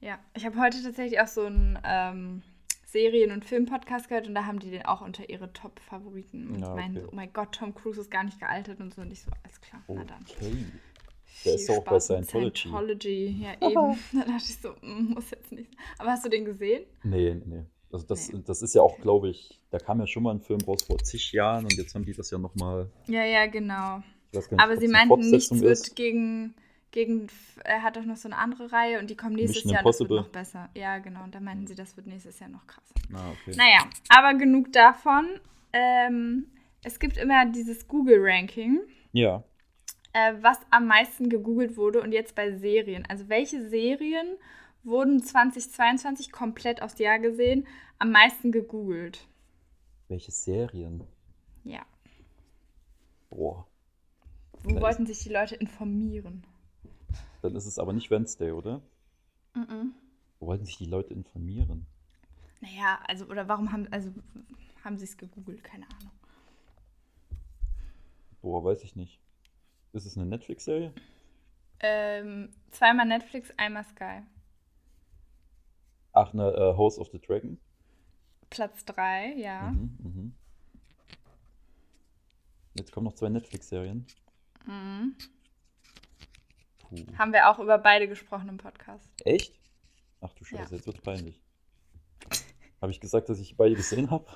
Ja, ich habe heute tatsächlich auch so einen ähm, Serien- und Film-Podcast gehört und da haben die den auch unter ihre Top-Favoriten. Und
Ja,
meinen
okay.
so, oh mein Gott, Tom Cruise ist gar nicht gealtert und so. Und ich so, alles klar, na dann.
Okay.
Viel
Oh, Der ist auch bei
Spaß mit
Scientology.
Scientology. Ja, eben. da dachte ich so, mm, muss jetzt nicht. Aber hast du den gesehen?
Nee, nee. Also das,
Nee.
das ist ja auch, glaube ich, da kam ja schon mal ein Film raus vor zig Jahren und jetzt haben die das ja nochmal.
Ja, ja, genau. Aber
Aber
sie meinten, nichts wird gegen, gegen. Er hat doch noch so eine andere Reihe und die kommen nächstes
Mission
Jahr und das wird
Impossible.
noch besser. Ja, genau. Und da meinten sie, das wird nächstes Jahr noch krasser.
Ah, okay.
Naja, aber genug davon. Ähm, es gibt immer dieses Google-Ranking,
Ja.
äh, was am meisten gegoogelt wurde und jetzt bei Serien. Also, welche Serien wurden 2022 komplett aufs Jahr gesehen am meisten gegoogelt?
Welche Serien?
Ja.
Boah.
Wo
Da
wollten sich die Leute informieren?
Dann ist es aber nicht Wednesday, oder?
Mhm.
Wo wollten sich die Leute informieren?
Naja, also, oder warum haben, also, haben sie es gegoogelt? Keine Ahnung.
Boah, weiß ich nicht. Ist es eine Netflix-Serie?
Ähm, zweimal Netflix, einmal Sky.
Ach, eine äh, House of the Dragon?
Platz 3, ja.
Mhm, mhm. Jetzt kommen noch zwei Netflix-Serien.
Mhm.
Puh.
Haben wir auch über beide gesprochen im Podcast.
Echt? Ach du Scheiße, jetzt wird's peinlich. Habe ich gesagt, dass ich beide gesehen habe?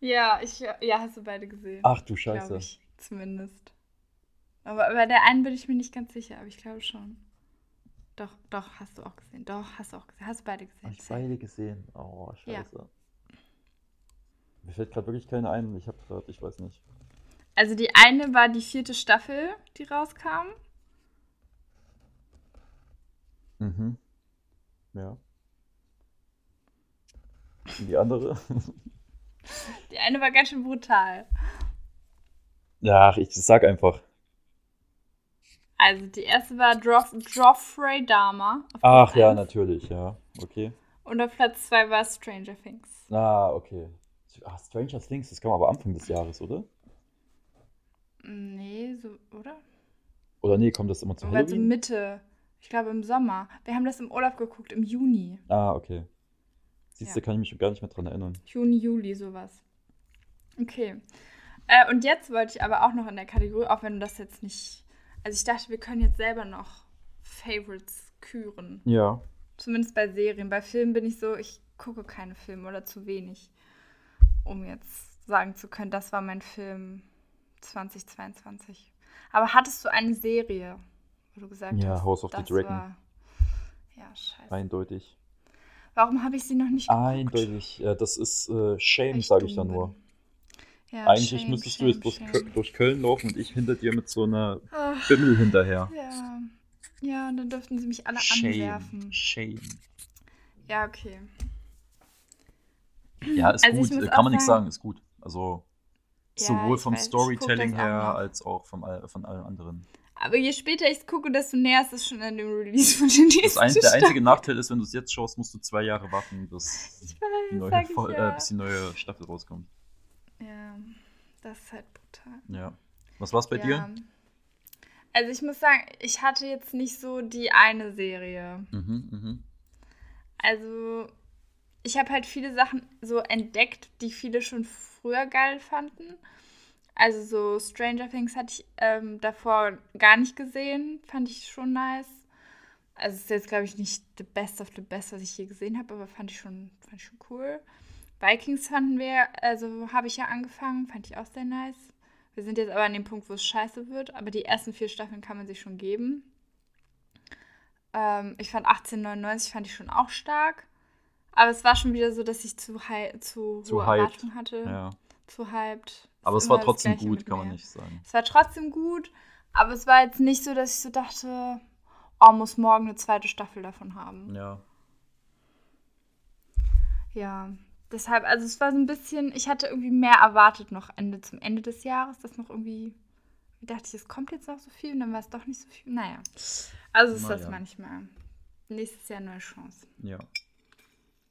Ja, ich, ja, hast du beide gesehen.
Ach du
Glaub
Ah, Scheiße.
Ich, zumindest. Aber bei der einen bin ich mir nicht ganz sicher, aber ich glaube schon. Doch, doch, hast du auch gesehen. Doch, hast du auch gesehen. Hast du beide
Habe
gesehen.
ich beide gesehen? Oh,
Ja.
Scheiße. Mir fällt gerade wirklich keine ein. Ich habe gerade, ich weiß nicht.
Also die eine war die vierte Staffel, die rauskam.
Mhm. Ja. Und die andere?
Die eine war ganz schön brutal.
Ja, ach, ich sag einfach.
Also die erste war Dro- Joffrey Dahmer. auf Platz
Ach ja,
eins.
natürlich, ja. Okay.
Und auf Platz zwei war Stranger Things.
Ah, okay. Ach, Stranger Things, das kam aber Anfang des Jahres, oder?
Nee, so, oder?
Oder nee, kommt das immer zu
Oder so
Halloween?
Mitte. Ich glaube im Sommer. Wir haben das im Urlaub geguckt, im Juni.
Ah, okay. Siehst du,
Ja.
kann ich mich gar nicht mehr dran erinnern.
Juni, Juli, sowas. Okay. Äh, und jetzt wollte ich aber auch noch in der Kategorie, auch wenn du das jetzt nicht. Also ich dachte, wir können jetzt selber noch Favorites küren.
Ja.
Zumindest bei Serien. Bei Filmen bin ich so, ich gucke keine Filme oder zu wenig, um jetzt sagen zu können, das war mein Film 2022. Aber hattest du eine Serie, wo du gesagt
Ja,
hast,
House of the
das
Dragon.
war... Ja, scheiße.
Eindeutig.
Warum habe ich sie noch nicht geguckt?
Eindeutig. Ja, das ist äh,
Weil
Shame, sage Ah, ich dann
dumm
nur.
bin. Ja,
Eigentlich
shame,
müsstest
shame,
du jetzt durch,
shame.
Kö- durch Köln laufen und ich hinter dir mit so einer
Ach,
Bimmel hinterher.
ja. Ja, dann dürften sie mich alle anwerfen.
Shame.
Ja, okay.
Ja, ist
Also ich
gut.
muss
Kann
auch
man nichts
sagen-
sagen, ist gut. Also
Ja,
sowohl
ich
vom
weiß, ich guck
Storytelling
das auch
her
noch.
als auch vom, all- von allen anderen.
Aber je später ich es gucke, desto näher ist es schon an dem Release von den nächsten
Das ein, der
Staffeln.
einzige Nachteil ist, wenn du es jetzt schaust, musst du zwei Jahre warten, bis
Ich
die
weiß,
neue,
sag ich
Fol-
ja.
äh, bis die neue Staffel rauskommt.
ja, das ist halt brutal.
Ja. Was war's bei
ja.
dir?
Also ich muss sagen, ich hatte jetzt nicht so die eine Serie.
Mhm, mhm.
Also ich habe halt viele Sachen so entdeckt, die viele schon früher geil fanden. Also so Stranger Things hatte ich ähm, davor gar nicht gesehen, fand ich schon nice. Also es ist jetzt, glaube ich, nicht the best of the best, was ich je gesehen habe, aber fand ich schon, fand ich schon cool. Vikings fanden wir, also habe ich ja angefangen, fand ich auch sehr nice. Wir sind jetzt aber an dem Punkt, wo es scheiße wird, aber die ersten vier Staffeln kann man sich schon geben. Ähm, ich fand 1899 fand ich schon auch stark, aber es war schon wieder so, dass ich zu, hei- zu,
Zu
hohe
hyped,
Erwartungen hatte
Ja.
zu hyped.
Aber
Ist
es war
immer das
trotzdem
Gleiche
gut,
mit
kann man
mir.
nicht sagen.
Es war trotzdem gut, aber es war jetzt nicht so, dass ich so dachte, oh, muss morgen eine zweite Staffel davon haben.
Ja.
Ja. Deshalb, also es war so ein bisschen, ich hatte irgendwie mehr erwartet noch Ende zum Ende des Jahres, dass noch irgendwie, ich dachte ich, es kommt jetzt noch so viel und dann war es doch nicht so viel. Naja. Also ist
Na
das
ja.
manchmal. Nächstes Jahr neue Chance.
Ja.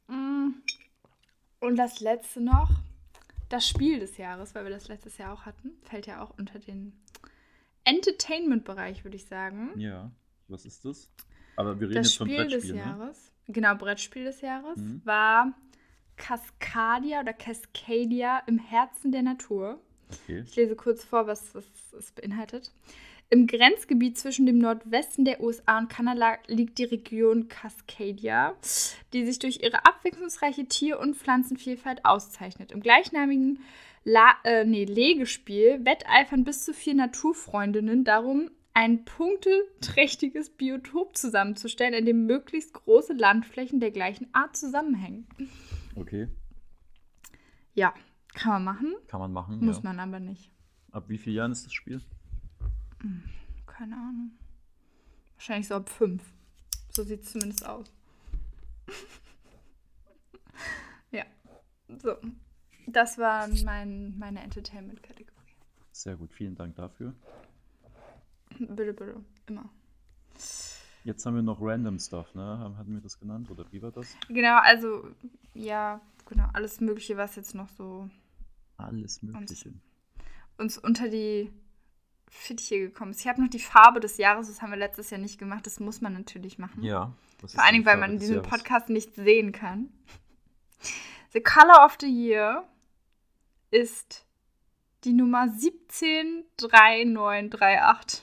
Mm. Und das letzte noch, das Spiel des Jahres, weil wir das letztes Jahr auch hatten, fällt ja auch unter den Entertainment-Bereich, würde ich sagen.
Ja. Was ist das? Aber wir reden
das
jetzt von
Spiel des
Brettspielen, ne?
Jahres, genau, Brettspiel des Jahres,
Mhm.
war Cascadia oder Cascadia im Herzen der Natur.
Okay.
Ich lese kurz vor, was was es beinhaltet. Im Grenzgebiet zwischen dem Nordwesten der USA und Kanada liegt die Region Cascadia, die sich durch ihre abwechslungsreiche Tier- und Pflanzenvielfalt auszeichnet. Im gleichnamigen La äh, nee, Legespiel wetteifern bis zu vier Naturfreundinnen darum, ein punkteträchtiges Biotop zusammenzustellen, in dem möglichst große Landflächen der gleichen Art zusammenhängen.
Okay.
Ja, kann man machen,
Kann man machen.
muss
ja.
man aber nicht.
Ab wie vielen Jahren ist das Spiel?
Keine Ahnung. Wahrscheinlich so ab fünf. So sieht es zumindest aus. ja. So. Das war mein, meine Entertainment-Kategorie.
Sehr gut, vielen Dank dafür.
Bitte, bitte. Immer.
Jetzt haben wir noch Random Stuff, ne? Haben- Hatten wir das genannt oder wie war das?
Genau, also, ja, genau. Alles Mögliche, was jetzt noch so
Alles Mögliche.
uns unter die Fittiche gekommen ist. Ich habe noch die Farbe des Jahres, das haben wir letztes Jahr nicht gemacht. Das muss man natürlich machen.
Ja. was ist
Vor allen
die
Dingen, weil
Farbe
man
des
diesen
Jahres?
Podcast nicht sehen kann. The Color of the Year ist die Nummer 173938.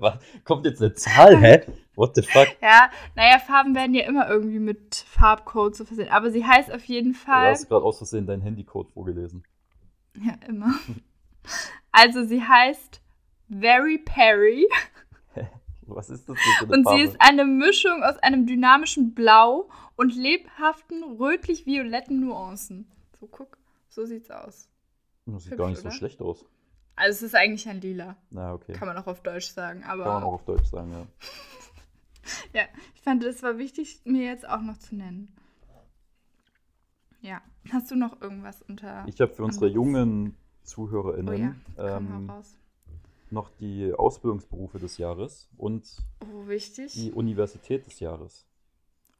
Was? Kommt jetzt eine Zahl, hä? What the fuck?
Ja, naja, Farben werden ja immer irgendwie mit Farbcodes so versehen. Aber sie heißt auf jeden
Du
Fall.
hast gerade aus Versehen deinen Handycode vorgelesen.
Ja, immer. Also sie heißt Very Perry
Was ist das denn für eine
und
Farbe?
sie ist eine Mischung aus einem dynamischen Blau und lebhaften rötlich-violetten Nuancen. So, guck, so sieht's aus.
das sieht
hübsch,
gar nicht so
oder?
schlecht aus.
Also es ist eigentlich ein Lila,
Na, okay.
kann man auch auf Deutsch sagen.
Kann man
Aber
auch auf Deutsch sagen, ja.
ja, ich fand, es war wichtig, mir jetzt auch noch zu nennen. Ja, hast du noch irgendwas unter...
Ich habe für unsere jungen ZuhörerInnen
oh ja, komm
ähm,
heraus.
noch die Ausbildungsberufe des Jahres und
Oh, wichtig.
die Universität des Jahres.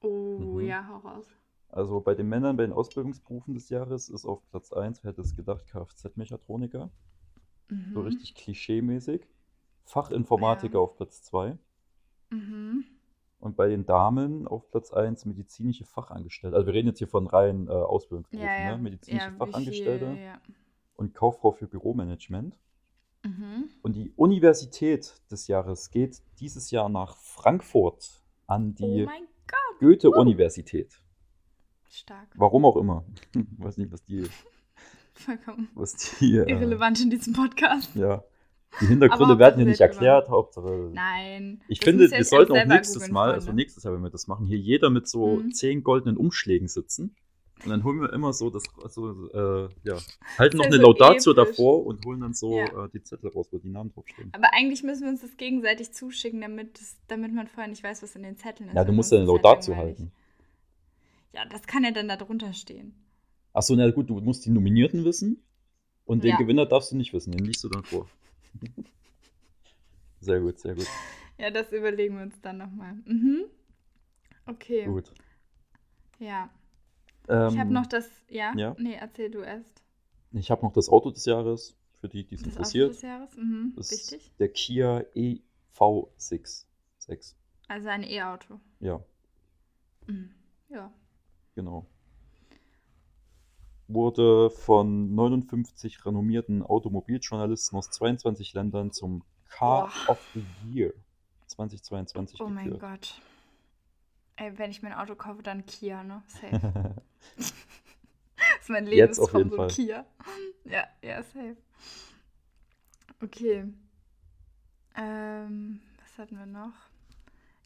Oh,
Mhm.
ja, heraus.
Also bei den Männern bei den Ausbildungsberufen des Jahres ist auf Platz 1, wer hätte es gedacht, Kfz-Mechatroniker.
Mhm.
So richtig klischeemäßig. Fachinformatiker
Ja.
auf Platz 2.
Mhm.
Und bei den Damen auf Platz 1 medizinische Fachangestellte. Also wir reden jetzt hier von reinen äh, Ausbildungsberufen,
Ja, ja.
ne? medizinische
ja, wie
Fachangestellte
Viel, ja.
und Kauffrau für Büromanagement.
Mhm.
Und die Universität des Jahres geht dieses Jahr nach Frankfurt an
Oh
die
mein Gott,
Goethe-Universität.
stark.
Warum auch immer. Weiß nicht, was die.
Vollkommen
Was die äh,
irrelevant in diesem Podcast.
Ja. Die Hintergründe
Aber
werden hier nicht
Hauptsache sehr
erklärt, Hauptsache.
genau. Nein.
Ich
das
finde,
müsst ihr
wir
euch
sollten auch
selber
nächstes
googeln,
Mal,
Freunde.
also nächstes Jahr, wenn wir das machen, hier jeder mit so
Mhm.
zehn goldenen Umschlägen sitzen. Und dann holen wir immer so das, also, äh, ja, halten noch
Das
eine
ist
Laudatio
episch.
davor und holen dann so
Ja.
äh, die Zettel raus, wo die Namen draufstehen.
Aber eigentlich müssen wir uns das gegenseitig zuschicken, damit, das, damit man vorher nicht weiß, was in den Zetteln ist.
Ja, du
Weil
musst ja
sonst
eine
ist es halt
Laudatio
langweilig.
halten.
Ja, das kann ja dann da drunter stehen.
Achso, na gut, du musst die Nominierten wissen und den
Ja.
Gewinner darfst du nicht wissen, den liest du dann vor. sehr gut, sehr gut.
Ja, das überlegen wir uns dann nochmal. Mhm. Okay.
gut.
Ja.
Ähm,
Ich habe noch das. Ja?
ja.
Nee, erzähl du erst.
ich hab noch das Auto des Jahres, für die, die es
Das Auto
interessiert.
des Jahres. Mhm.
Das ist
Wichtig.
der Kia E EV6. 6.
Also ein E-Auto.
Ja,
Mhm. Ja.
genau. Wurde von 59 renommierten Automobiljournalisten aus 22 Ländern zum Car of the Year 2022
Oh mein
gekürt.
Gott. Ey, wenn ich mir ein Auto kaufe, dann Kia, ne? Safe. Das ist mein
Jetzt auf
Lebensform,
jeden
so ein
Fall.
Kia. Ja, ja, safe. Okay. Ähm, was hatten wir noch?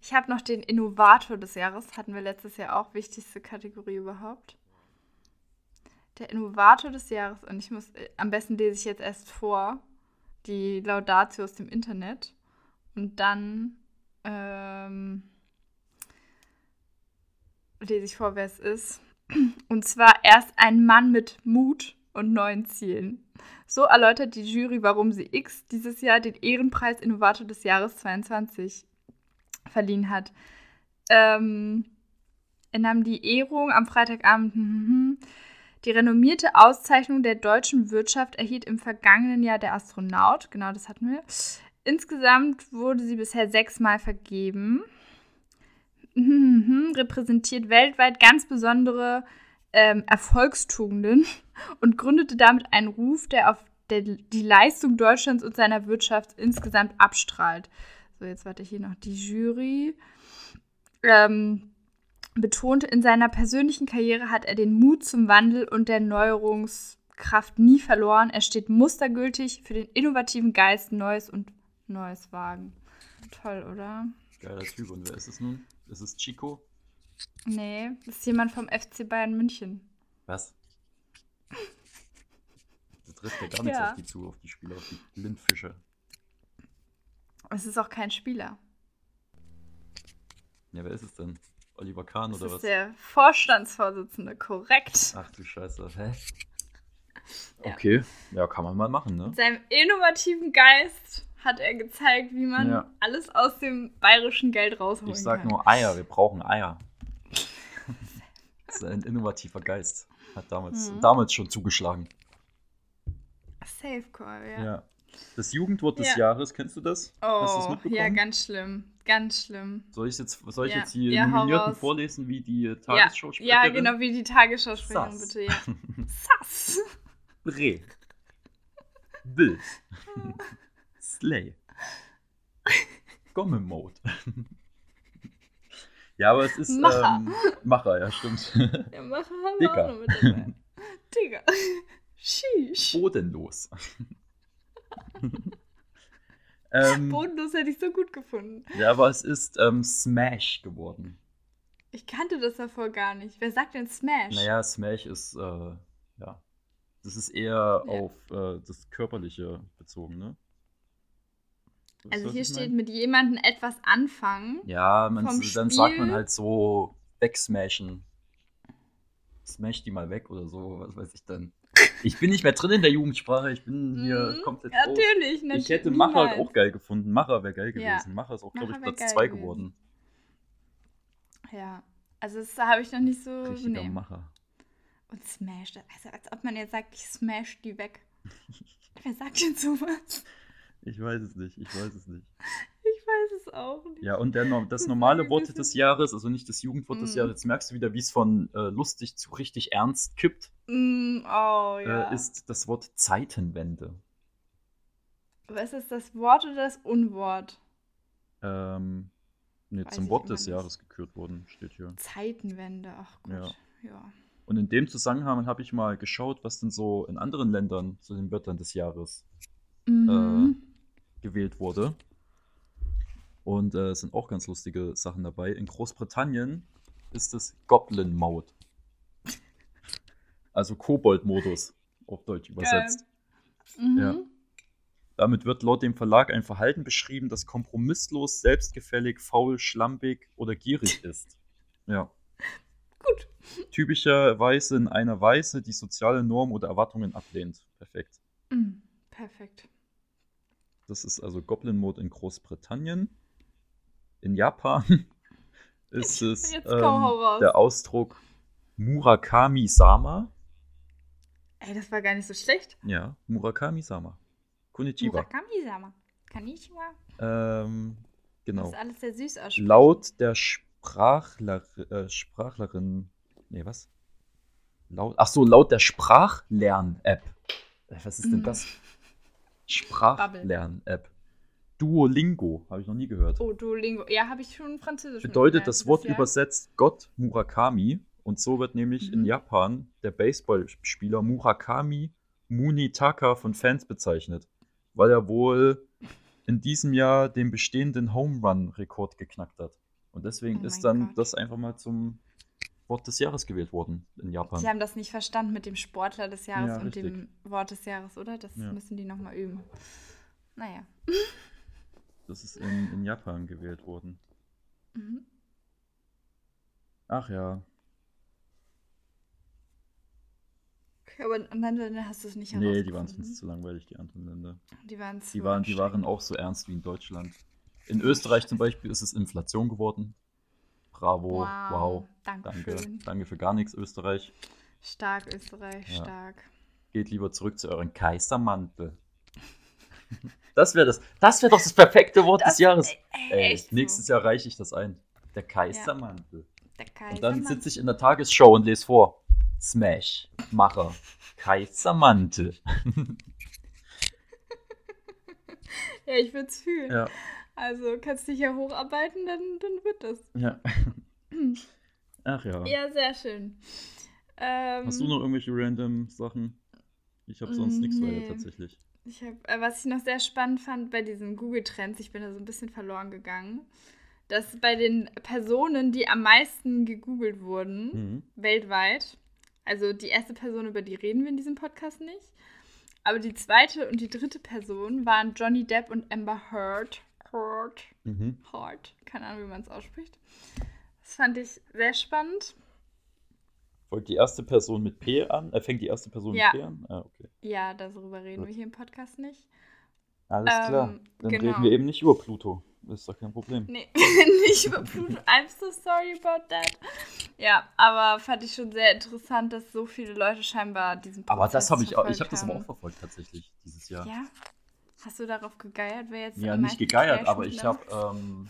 Ich habe noch den Innovator des Jahres. Hatten wir letztes Jahr auch. Wichtigste Kategorie überhaupt. Der Innovator des Jahres. Und ich muss, äh, am besten lese ich jetzt erst vor die Laudatio aus dem Internet. Und dann ähm, lese ich vor, wer es ist. Und zwar erst ein Mann mit Mut und neuen Zielen. So erläutert die Jury, warum sie X dieses Jahr den Ehrenpreis Innovator des Jahres 22 verliehen hat. Ähm, er nahm die Ehrung am Freitagabend. mhm. Die renommierte Auszeichnung der deutschen Wirtschaft erhielt im vergangenen Jahr der Astronaut. Genau, das hatten wir. Insgesamt wurde sie bisher sechsmal vergeben. Mhm, repräsentiert weltweit ganz besondere ähm, Erfolgstugenden und gründete damit einen Ruf, der auf der, die Leistung Deutschlands und seiner Wirtschaft insgesamt abstrahlt. So, jetzt warte hier noch die Jury. Ähm, betonte, in seiner persönlichen Karriere hat er den Mut zum Wandel und der Neuerungskraft nie verloren. Er steht mustergültig für den innovativen Geist Neues und Neues Wagen. Toll, oder?
Geiler Typ. Und wer ist es nun? Ist es Chico?
Nee, das ist jemand vom FC Bayern München.
Was? Du triffst ja gar nichts
Ja.
auf die zu, auf die Spieler, auf die Blindfische.
Es ist auch kein Spieler.
Ja, wer ist es denn? Oliver Kahn
Das
oder
ist
was?
der Vorstandsvorsitzende, korrekt.
Ach du Scheiße, hä?
Ja.
Okay, ja, kann man mal machen, ne?
Mit seinem innovativen Geist hat er gezeigt, wie man
Ja.
alles aus dem bayerischen Geld rausholen
Ich sag
kann.
nur Eier, wir brauchen Eier. das ist ein innovativer Geist. Hat damals,
Mhm.
damals schon zugeschlagen.
Safe Call, ja.
Ja. Das Jugendwort des
Ja.
Jahres, kennst du das? Hast du das
Oh,
mitbekommen?
ja, ganz schlimm. Ganz schlimm.
Soll ich jetzt, soll ich
Ja.
jetzt die
Ja, hau
Nominierten
raus.
vorlesen, wie die Tagesschau
Ja, genau wie die Tagesschau-Sprecherin,
Sass.
bitte. Ja. Sass.
Bre. Bill. Slay. Gomme Mode. ja, aber es ist
Macher.
Ähm, Macher, ja, stimmt.
Der Macher haben wir
Dicker.
auch noch mit dabei. Digga. Sheesh.
Oh. Bodenlos. ähm,
Bodenlos hätte ich so gut gefunden.
ja, aber es ist ähm, Smash geworden.
Ich kannte das davor gar nicht. Wer sagt denn Smash?
Naja, Smash ist, äh, ja. Das ist eher
Ja.
auf äh, das Körperliche bezogen, ne? Weißt du,
also
was
hier
ich
steht
mein?
mit jemandem etwas anfangen.
Ja, man,
vom
dann sagt man
Spiel-
halt so, wegsmashen. Smash die mal weg oder so, was weiß ich dann. Ich bin nicht mehr drin in der Jugendsprache, ich bin hier
Mhm,
komplett raus.
Natürlich, natürlich.
Ich hätte Macher halt
niemals.
auch geil gefunden. Macher wäre geil
Ja.
gewesen. Macher ist auch, glaube ich,
Macher wär
Platz
geil
2
gewesen.
geworden.
Ja. Also das habe ich noch nicht so.
Richtiger
Nee.
Macher.
Und Smash. das- Also als ob man jetzt sagt, ich smash die weg. Wer sagt denn sowas?
Ich weiß es nicht, ich weiß es nicht.
Ich weiß es auch nicht.
Ja, und der, Norm- das
Das
normale
ist
Wort
ein
des
bisschen-
Jahres, also nicht das Jugendwort des
Mhm.
Jahres, jetzt merkst du wieder, wie es von äh, lustig zu richtig ernst kippt,
Mm, oh ja.
äh, ist das Wort Zeitenwende.
Aber ist das das Wort oder das Unwort?
Ähm, nee,
Weiß
zum
ich
Wort
immer
des
nicht.
Jahres gekürt worden, steht hier.
Zeitenwende. Ach gut.
Ja.
Ja.
Und in dem Zusammenhang habe ich mal geschaut, was denn so in anderen Ländern zu den Wörtern des Jahres Äh,
Mhm.
gewählt wurde. Und äh, es sind auch ganz lustige Sachen dabei. In Großbritannien ist es Goblin Mode. Also Kobold-Modus auf Deutsch übersetzt.
mhm.
ja. Damit wird laut dem Verlag ein Verhalten beschrieben, das kompromisslos, selbstgefällig, faul, schlampig oder gierig ist. Ja.
Gut.
Typischerweise in einer Weise, die soziale Normen oder Erwartungen ablehnt. Perfekt.
Mm, Perfekt.
Das ist also Goblin Mode in Großbritannien. In Japan ist es
Jetzt komm, hau
ähm,
raus.
der Ausdruck Murakami-sama.
Ey, das war gar nicht so schlecht.
Ja, Murakami-sama. Konnichiwa.
Murakami-sama. Konnichiwa.
Ähm,
Das
genau.
ist alles sehr süß ausspricht.
Laut der Sprachler, äh, Sprachlerin. Nee, was? Laut, ach so, laut der Sprachlern-App. Äh, Was ist denn
Mhm.
das? Sprachlern-App. Duolingo, habe ich noch nie gehört.
Oh, Duolingo. Ja, habe ich schon Französisch.
bedeutet
mitgelernt
das
dieses
Wort
Jahr.
übersetzt Gott Murakami und so wird nämlich in
Mhm.
Japan der Baseballspieler Murakami Munitaka von Fans bezeichnet, weil er wohl in diesem Jahr den bestehenden Home Run Rekord geknackt hat. Und deswegen
Oh
ist
mein
dann
Gott.
das einfach mal zum Wort des Jahres gewählt worden in Japan.
Die haben das nicht verstanden mit dem Sportler des Jahres
Ja,
und
richtig.
dem Wort des Jahres, oder? Das
Ja.
müssen die nochmal üben. Naja.
Das ist in, in Japan gewählt worden.
Mhm.
Ach ja.
Okay, aber in anderen Ländern hast du es nicht
Nee, die waren
herausgefunden.
sonst zu langweilig, die anderen Länder.
Die waren zu
Die waren, die waren auch so ernst wie in Deutschland. In Österreich zum Beispiel ist es Inflation geworden. Bravo, oh, wow. Danke.
Dankeschön.
Danke für gar nichts, Österreich.
Stark, Österreich,
Ja.
stark.
Geht lieber zurück zu euren Kaisermantel. Das wäre das, das wäre doch das perfekte Wort des Jahres.
Ey,
Ey,
echt so.
nächstes Jahr reiche ich das ein. Der Kaisermantel.
Der
Und dann
Kaisermann.
sitze ich in der Tagesschau und lese vor. Smash, Macher, Kaisermantel.
Ja, ich würde es fühlen.
Ja,
Also kannst dich ja hocharbeiten, dann, dann wird das.
ja. Ach ja.
Ja, sehr schön. Ähm, Mm,
Hast du noch irgendwelche random Sachen? Ich habe sonst nichts
Nee.
weiter tatsächlich.
Ich hab, äh, was ich noch sehr spannend fand bei diesen Google-Trends, ich bin da so ein bisschen verloren gegangen, dass bei den Personen, die am meisten gegoogelt wurden,
Hm. Mhm,
weltweit, also die erste Person, über die reden wir in diesem Podcast nicht, aber die zweite und die dritte Person waren Johnny Depp und Amber Heard. Heard.
Mhm.
Heard. Keine Ahnung, wie man es ausspricht. Das fand ich sehr spannend.
Folgt die erste Person mit P an? Äh, fängt die erste Person
Ja.
mit P an? Ah, okay.
Ja, darüber reden
Gut.
wir hier im Podcast nicht.
Alles
Ähm,
klar. Dann
genau.
reden wir eben nicht über Pluto. Ist doch kein Problem.
Nee, nicht über Pluto. I'm so sorry about that. Ja, aber fand ich schon sehr interessant, dass so viele Leute scheinbar diesen
Aber
Prozess
das habe ich auch, ich habe
verfolgt
das aber
haben.
auch verfolgt tatsächlich dieses Jahr.
Ja? Hast du darauf gegeiert, wer jetzt
Ja,
am
nicht
meisten
gegeiert,
Trash
aber ich habe
miteinander-
ähm,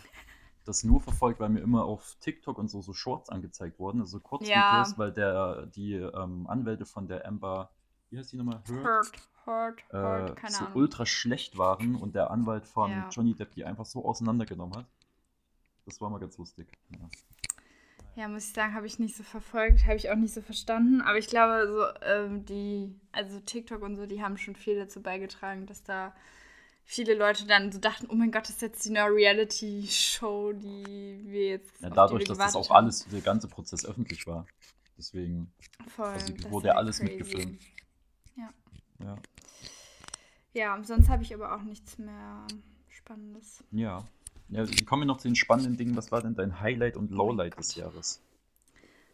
das nur verfolgt, weil mir immer auf TikTok und so so Shorts angezeigt wurden, also
Ja.
Kurzvideos, weil der die ähm, Anwälte von der Amber, wie heißt die nochmal? Heard,
Hurt, hurt, hurt,
äh,
keine
so
Ahnung.
ultra schlecht waren und der Anwalt von
Ja.
Johnny Depp die einfach so auseinandergenommen hat. Das war mal ganz lustig. Ja.
Ja, muss ich sagen, habe ich nicht so verfolgt, habe ich auch nicht so verstanden. Aber ich glaube, so ähm, die, also TikTok und so, die haben schon viel dazu beigetragen, dass da viele Leute dann so dachten, oh mein Gott, das ist jetzt die neue Reality-Show, die wir jetzt.
Ja,
auf die
dadurch,
wir
dass das
gewartet
auch alles, der ganze Prozess öffentlich war. Deswegen,
haben. Voll,
also
das
wurde
war
ja alles
crazy.
mitgefilmt.
Ja.
Ja.
Ja, sonst habe ich aber auch nichts mehr Spannendes.
Ja. ja wir kommen wir noch zu den spannenden Dingen. Was war denn dein Highlight
Oh
und Lowlight des Jahres?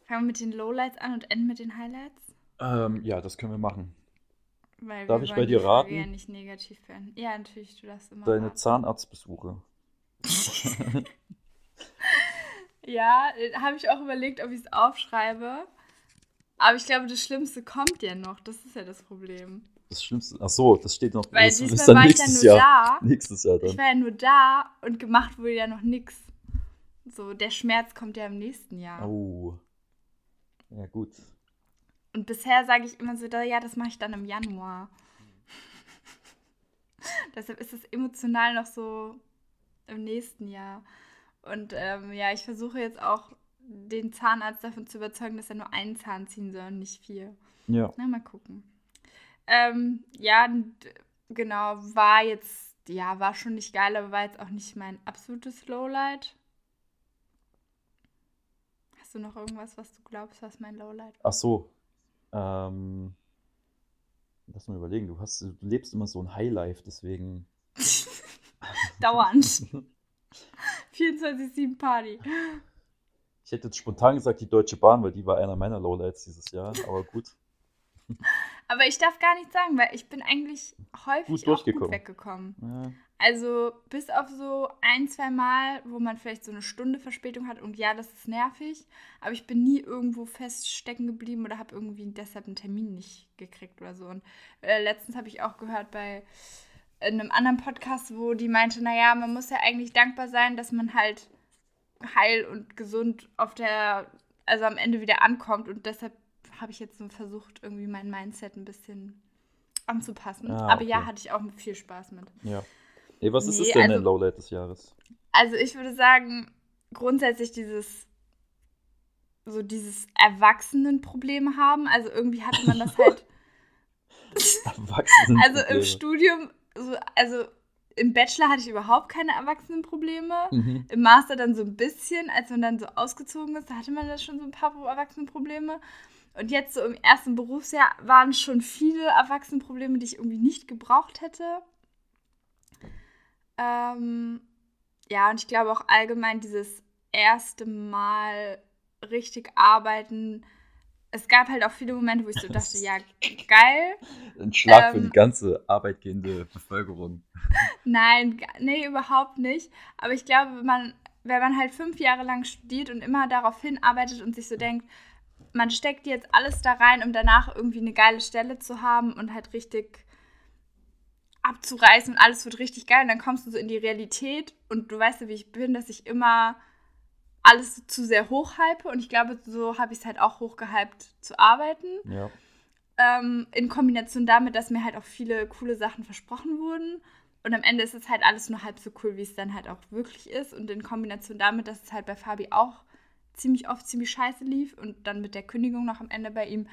Fangen wir mit den Lowlights an und enden mit den Highlights.
Ähm, ja, das können wir machen.
Weil
Darf
wir
ich bei
wollen die
dir
Folge
raten?
Ja, nicht negativ beenden. Ja, natürlich, du darfst immer.
Deine
raten.
Zahnarztbesuche.
Ja, äh, habe ich auch überlegt, ob ich es aufschreibe. Aber ich glaube, das Schlimmste kommt ja noch. Das ist ja das Problem.
Das Schlimmste. Ach so, das steht noch.
Weil
das ist
diesmal
dann
war ich ja
nächstes
nur
Jahr.
da.
Nächstes Jahr
Ich
dann.
war ja nur da und gemacht wurde ja noch nichts. So, der Schmerz kommt ja im nächsten Jahr.
Oh. Ja, gut.
Und bisher sage ich immer so, da- ja, das mache ich dann im Januar. Deshalb ist es emotional noch so im nächsten Jahr. Und ähm, ja, ich versuche jetzt auch den Zahnarzt davon zu überzeugen, dass er nur einen Zahn ziehen soll und nicht vier.
Ja.
Na, mal gucken. Ähm, ja, d- genau, war jetzt, ja, war schon nicht geil, aber war jetzt auch nicht mein absolutes Lowlight. Hast du noch irgendwas, was du glaubst, was mein Lowlight war?
Ach so. Ähm, lass mal überlegen. Du, hast, du lebst immer so ein Highlife, deswegen.
Dauernd. 24-7 Party.
Ich hätte jetzt spontan gesagt, die Deutsche Bahn, weil die war einer meiner Lowlights dieses Jahr. Aber gut.
Aber ich darf gar nichts sagen, weil ich bin eigentlich häufig
Gut
gut, auch
durchgekommen.
gut weggekommen.
Ja.
Also bis auf so ein, zwei Mal, wo man vielleicht so eine Stunde Verspätung hat und ja, das ist nervig, aber ich bin nie irgendwo feststecken geblieben oder habe irgendwie deshalb einen Termin nicht gekriegt oder so. Und äh, letztens habe ich auch gehört bei in einem anderen Podcast, wo die meinte, naja, man muss ja eigentlich dankbar sein, dass man halt heil und gesund auf der, also am Ende wieder ankommt und deshalb habe ich jetzt so versucht, irgendwie mein Mindset ein bisschen anzupassen.
Ah,
Aber ja,
okay.
hatte ich auch viel Spaß mit.
ja. Ey, was ist
Nee,
es denn
also-
dein Lowlight des Jahres?
Also ich würde sagen, grundsätzlich dieses so dieses Erwachsenenproblem haben. Also irgendwie hatte man das halt,
Erwachsenen.
also im Studium, so, also im Bachelor hatte ich überhaupt keine Erwachsenenprobleme.
Mhm.
Im Master dann so ein bisschen, als man dann so ausgezogen ist, da hatte man das schon so ein paar Erwachsenenprobleme. Und jetzt so im ersten Berufsjahr waren schon viele Erwachsenenprobleme, die ich irgendwie nicht gebraucht hätte. Ähm, ja, und ich glaube auch allgemein dieses erste Mal richtig arbeiten. Es gab halt auch viele Momente, wo ich so dachte, ja, geil.
Ein Schlag für
Ähm,
die ganze arbeitgehende Bevölkerung.
Nein, ga- nee, überhaupt nicht. Aber ich glaube, man, wenn man halt fünf Jahre lang studiert und immer darauf hinarbeitet und sich so denkt, man steckt jetzt alles da rein, um danach irgendwie eine geile Stelle zu haben und halt richtig abzureißen und alles wird richtig geil. Und dann kommst du so in die Realität und du weißt ja, wie ich bin, dass ich immer alles zu sehr hochhype. Und ich glaube, so habe ich es halt auch hochgehypt zu arbeiten
Ja.
ähm, in Kombination damit, dass mir halt auch viele coole Sachen versprochen wurden. Und am Ende ist es halt alles nur halb so cool, wie es dann halt auch wirklich ist. Und in Kombination damit, dass es halt bei Fabi auch ziemlich oft ziemlich scheiße lief und dann mit der Kündigung noch am Ende bei ihm,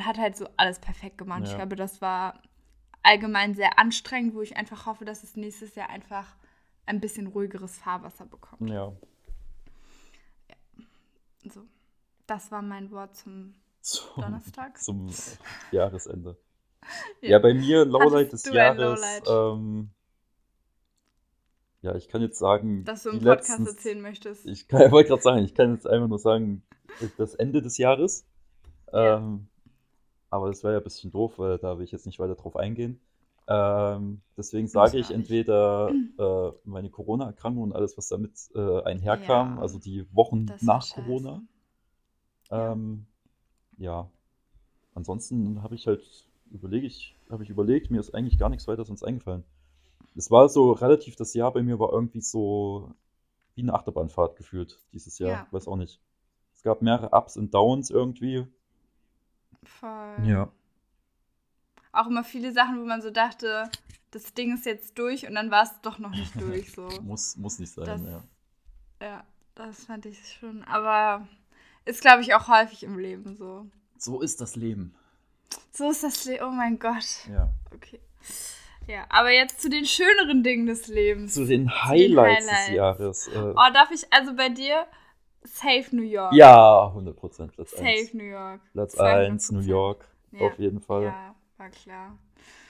hat halt so alles perfekt gemacht. Ich
Ja.
glaube, das war allgemein sehr anstrengend, wo ich einfach hoffe, dass es nächstes Jahr einfach ein bisschen ruhigeres Fahrwasser bekommt.
Ja.
So, das war mein Wort zum
Zum,
Donnerstag.
zum
Ja.
Jahresende. Ja, bei mir Lowlight des
du ein
Jahres.
Lowlight?
Ähm, ja, ich kann jetzt sagen,
dass du im
die
Podcast
letzten-
erzählen möchtest.
Ich kann- ich wollte gerade sagen, ich kann jetzt einfach nur sagen, das Ende des Jahres.
Ja.
Ähm, aber das wäre ja ein bisschen doof, weil da will ich jetzt nicht weiter drauf eingehen. Ähm, deswegen sage
ich
ich
auch nicht.
entweder äh, meine Corona-Erkrankung und alles, was damit äh, einherkam,
Ja.
also die Wochen
Das war
nach
scheiße.
Corona.
Ja.
Ähm, ja. Ansonsten habe ich halt überlege ich, habe ich überlegt, mir ist eigentlich gar nichts weiter sonst eingefallen. Es war so relativ, das Jahr bei mir war irgendwie so wie eine Achterbahnfahrt gefühlt dieses Jahr.
Ja.
Weiß auch nicht. Es gab mehrere Ups und Downs irgendwie.
Voll.
Ja.
Auch immer viele Sachen, wo man so dachte, das Ding ist jetzt durch und dann war es doch noch nicht durch. So.
Muss, muss nicht sein,
Das-
ja.
Ja, das fand ich schon. Aber ist, glaube ich, auch häufig im Leben so.
So ist das Leben.
So ist das Leben. Oh mein Gott.
Ja.
Okay. Ja, aber jetzt zu den schöneren Dingen des Lebens.
Zu den Highlights
Highlights.
des Jahres. Äh,
Oh, darf ich also bei dir? Safe New York.
ja, 100% Platz
Oh. Safe
1.
New York.
Platz 1,
200%.
New York.
Ja.
Auf jeden Fall.
Ja, war klar.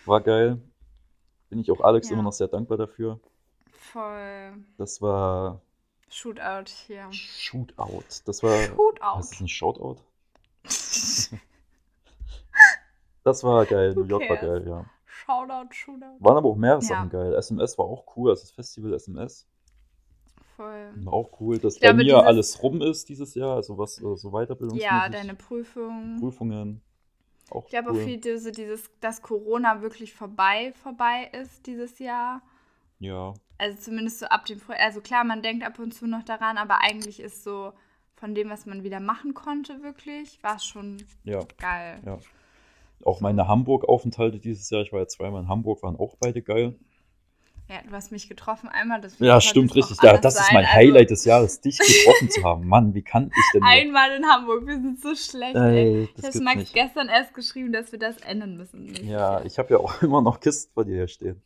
War geil. Bin ich auch Alex
Ja.
immer noch sehr dankbar dafür.
Voll.
Das war
Shootout hier.
Shootout. Das war. Heißt das
Shootout.
ein Shoutout? Das war geil.
Who
New York war
cares?
geil, ja.
Shoutout, Shootout.
Waren aber auch mehrere
Ja.
Sachen geil. SMS war auch cool, also das Festival SMS.
Voll.
War auch cool, dass
Mhm. Ich
bei
glaube,
mir
dieses-
alles rum ist dieses Jahr, also was äh, so Weiterbildungsmäßig.
Ja, deine Prüfung.
Prüfungen. Auch
Ich glaube
cool.
auch viel, diese, dieses, dass Corona wirklich vorbei, vorbei ist dieses Jahr.
Ja,
Also zumindest so ab dem Früh. Also klar, man denkt ab und zu noch daran, aber eigentlich ist so von dem, was man wieder machen konnte, wirklich, war es schon
ja,
geil.
ja. Auch meine Hamburg-Aufenthalte dieses Jahr, ich war ja zweimal in Hamburg, waren auch beide geil.
Ja, du hast mich getroffen einmal. Das
Ja,
das
stimmt,
kann jetzt
richtig.
auch
Ja,
anders
das ist
sein.
mein
Also
Highlight des Jahres, dich getroffen zu haben. Mann, wie kann ich denn nur?
Einmal in Hamburg, wir sind so schlecht. ey.
Ey,
Ich
das
habe
gibt's
Max
nicht.
gestern erst geschrieben, dass wir das ändern müssen.
Ja, ich habe ja auch immer noch Kisten bei dir hier stehen.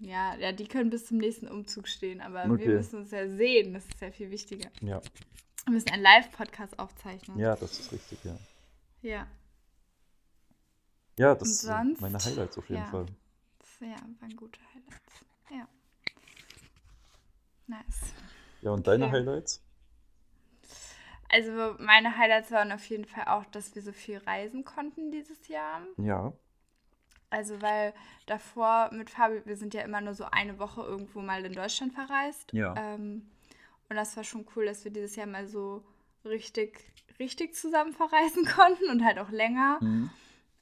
ja, ja, die können bis zum nächsten Umzug stehen, aber
Okay.
wir müssen uns ja sehen. Das ist ja viel wichtiger.
Ja,
Wir müssen einen Live-Podcast aufzeichnen.
ja, das ist richtig, ja.
Ja,
Ja, das
Und
sind
sonst?
meine Highlights auf jeden
Ja.
Fall.
das ja, waren gute Highlights. Ja. Nice.
Ja, und deine
Okay.
Highlights?
Also meine Highlights waren auf jeden Fall auch, dass wir so viel reisen konnten dieses Jahr.
Ja.
Also weil davor mit Fabi, wir sind ja immer nur so eine Woche irgendwo mal in Deutschland verreist.
Ja.
Ähm, und das war schon cool, dass wir dieses Jahr mal so richtig, richtig zusammen verreisen konnten und halt auch länger.
Mhm.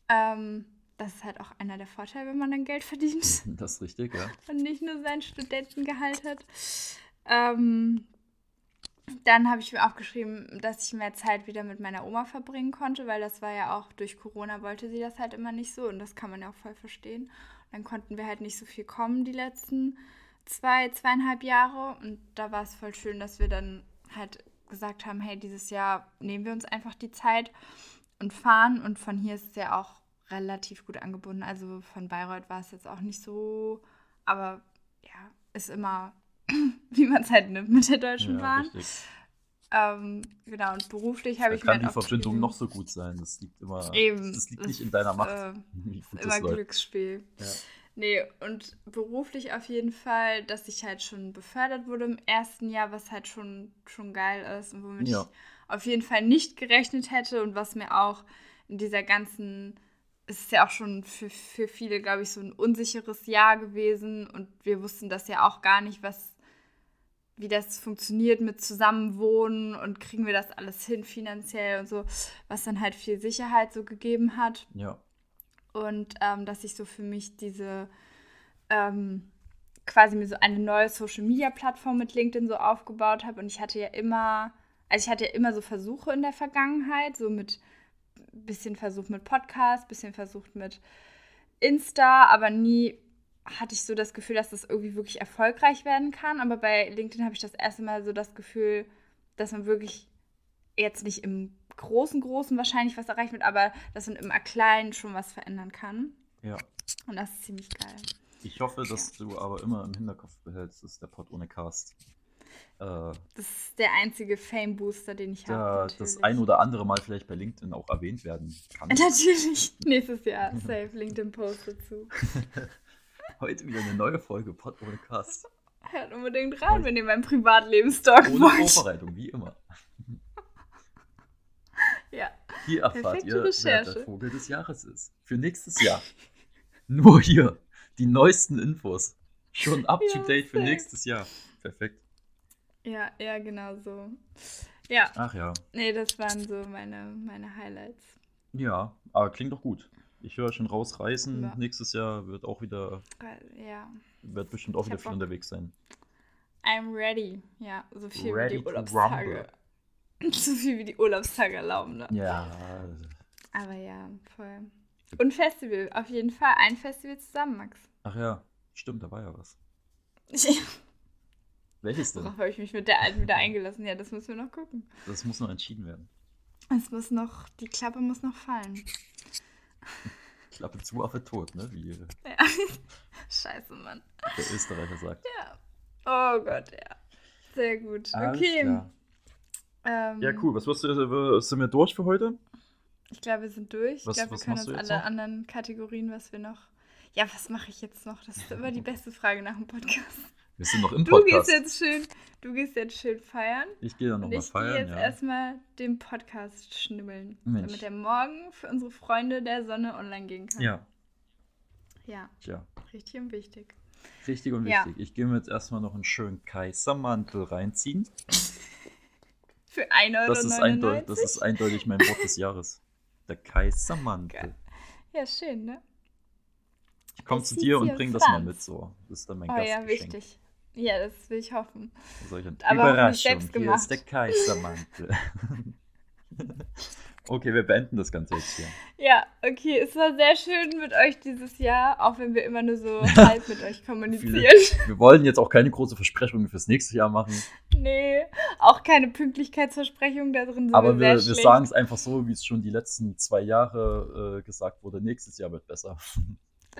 Ähm, das ist halt auch einer der Vorteile, wenn man dann Geld verdient
Das ist richtig, ja.
und nicht nur sein Studentengehalt hat. Ähm, dann habe ich mir aufgeschrieben, dass ich mehr Zeit wieder mit meiner Oma verbringen konnte, weil das war ja auch durch Corona wollte sie das halt immer nicht so und das kann man ja auch voll verstehen. Dann konnten wir halt nicht so viel kommen die letzten zwei, zweieinhalb Jahre und da war es voll schön, dass wir dann halt gesagt haben, hey, dieses Jahr nehmen wir uns einfach die Zeit und fahren und von hier ist es ja auch relativ gut angebunden. Also von Bayreuth war es jetzt auch nicht so, aber ja, ist immer, wie man es halt nimmt mit der Deutschen
ja,
Bahn.
richtig.
Ähm, genau, und beruflich habe
Da
ich mir halt
kann die
auch
Verbindung
geschrieben,
noch so gut sein. Das liegt immer,
Eben.
das liegt
Das
nicht in deiner
ist,
Macht,
äh,
wie gut
immer
das läuft.
Glücksspiel.
Ja.
Nee, und beruflich auf jeden Fall, dass ich halt schon befördert wurde im ersten Jahr, was halt schon, schon geil ist und womit
Ja.
ich auf jeden Fall nicht gerechnet hätte und was mir auch in dieser ganzen, es ist ja auch schon für, für viele, glaube ich, so ein unsicheres Jahr gewesen und wir wussten das ja auch gar nicht, was, wie das funktioniert mit Zusammenwohnen und kriegen wir das alles hin finanziell und so, was dann halt viel Sicherheit so gegeben hat
Ja,
und ähm, dass ich so für mich diese ähm, quasi mir so eine neue Social Media Plattform mit LinkedIn so aufgebaut habe und ich hatte ja immer also ich hatte ja immer so Versuche in der Vergangenheit so mit bisschen Versuch mit Podcast bisschen versucht mit Insta aber nie hatte ich so das Gefühl dass das irgendwie wirklich erfolgreich werden kann aber bei LinkedIn habe ich das erste Mal so das Gefühl dass man wirklich jetzt nicht im großen, großen wahrscheinlich was erreicht wird, aber dass man im Kleinen schon was verändern kann.
ja.
Und das ist ziemlich geil.
Ich hoffe, dass du aber immer im Hinterkopf behältst, dass der Pod ohne Cast äh,
Das ist der einzige Fame-Booster, den ich
da
habe.
das
natürlich.
ein oder andere Mal vielleicht bei LinkedIn auch erwähnt werden kann.
Natürlich. Nächstes Jahr. Safe LinkedIn-Post dazu.
Heute wieder eine neue Folge Pod ohne Cast.
Hört unbedingt rein, wenn ihr mein Privatleben stalken
Ohne
wollt.
Vorbereitung, wie immer.
Ja.
Hier erfahrt
Perfekte
ihr, wer
Recherche.
der Vogel des Jahres ist. Für nächstes Jahr. Nur hier. Die neuesten Infos. Schon up to
Ja,
date für
safe.
nächstes Jahr. Perfekt.
Ja, ja, genau so. Ja,
Ach ja.
nee, das waren so meine, meine Highlights.
Ja, aber klingt doch gut. Ich höre schon rausreißen.
Ja.
Nächstes Jahr wird auch wieder,
Weil, Ja,
wird bestimmt auch
Ich
wieder
hab
viel
Bock.
unterwegs sein.
I'm ready. Ja, so viel wie
Ready
die
to
Urlaubstage. So viel wie die Urlaubstage erlauben. Ne?
Ja.
Aber ja, voll. Und Festival, auf jeden Fall. Ein Festival zusammen, Max.
Ach ja, stimmt, da war ja was. Welches denn?
Worauf habe ich mich mit der alten wieder eingelassen? Ja, das müssen wir noch gucken.
Das muss noch entschieden werden.
Es muss noch, die Klappe muss noch fallen.
Klappe zu, Affe tot, ne? Wie der
Ja. Scheiße, Mann.
Österreicher sagt.
Oh Gott, ja. Sehr gut.
Alles
okay.
klar.
Ähm,
Ja, cool. Was wirst du, sind wir durch für heute?
Ich glaube, wir sind durch.
Was-
ich glaube, wir
was
können
machst
uns
du jetzt
alle
noch?
anderen Kategorien, was wir noch. Ja, was mache ich jetzt noch? Das ist immer die beste Frage nach dem Podcast.
Wir sind noch im
Du gehst
Podcast.
jetzt schön, du gehst jetzt schön feiern.
Ich gehe dann
Und
nochmal
ich gehe
feiern,
jetzt
ja.
erstmal den Podcast schnibbeln,
Mensch.
damit er morgen für unsere Freunde der Sonne online gehen kann.
Ja,
Ja,
tja.
richtig und wichtig.
Richtig und
Ja.
wichtig. Ich gehe mir jetzt erstmal noch einen schönen Kaisermantel reinziehen.
Für 1,99 Euro.
Das ist, eindeutig, das ist eindeutig mein Wort des Jahres. Der Kaisermantel.
Geil. Ja, schön, ne?
Ich komme zu
sieht
dir
sie
und
im
bring das mal
Franz.
mit. So. Das ist dann mein
Oh ja,
Gastgeschenk.
wichtig. Ja, das will ich hoffen.
Also ich
Aber auch nicht
Überraschung,
selbst
hier
gemacht.
ist der Kaisermantel. okay, wir beenden das Ganze jetzt hier.
Ja, okay, es war sehr schön mit euch dieses Jahr, auch wenn wir immer nur so halb mit euch kommunizieren.
Wir wollen jetzt auch keine große Versprechungen fürs nächste Jahr machen,
nee, auch keine Pünktlichkeitsversprechungen da drin sind.
aber wir,
sehr
wir
schlecht.
sagen es einfach so, wie es schon die letzten zwei Jahre äh, gesagt wurde. Nächstes Jahr wird besser.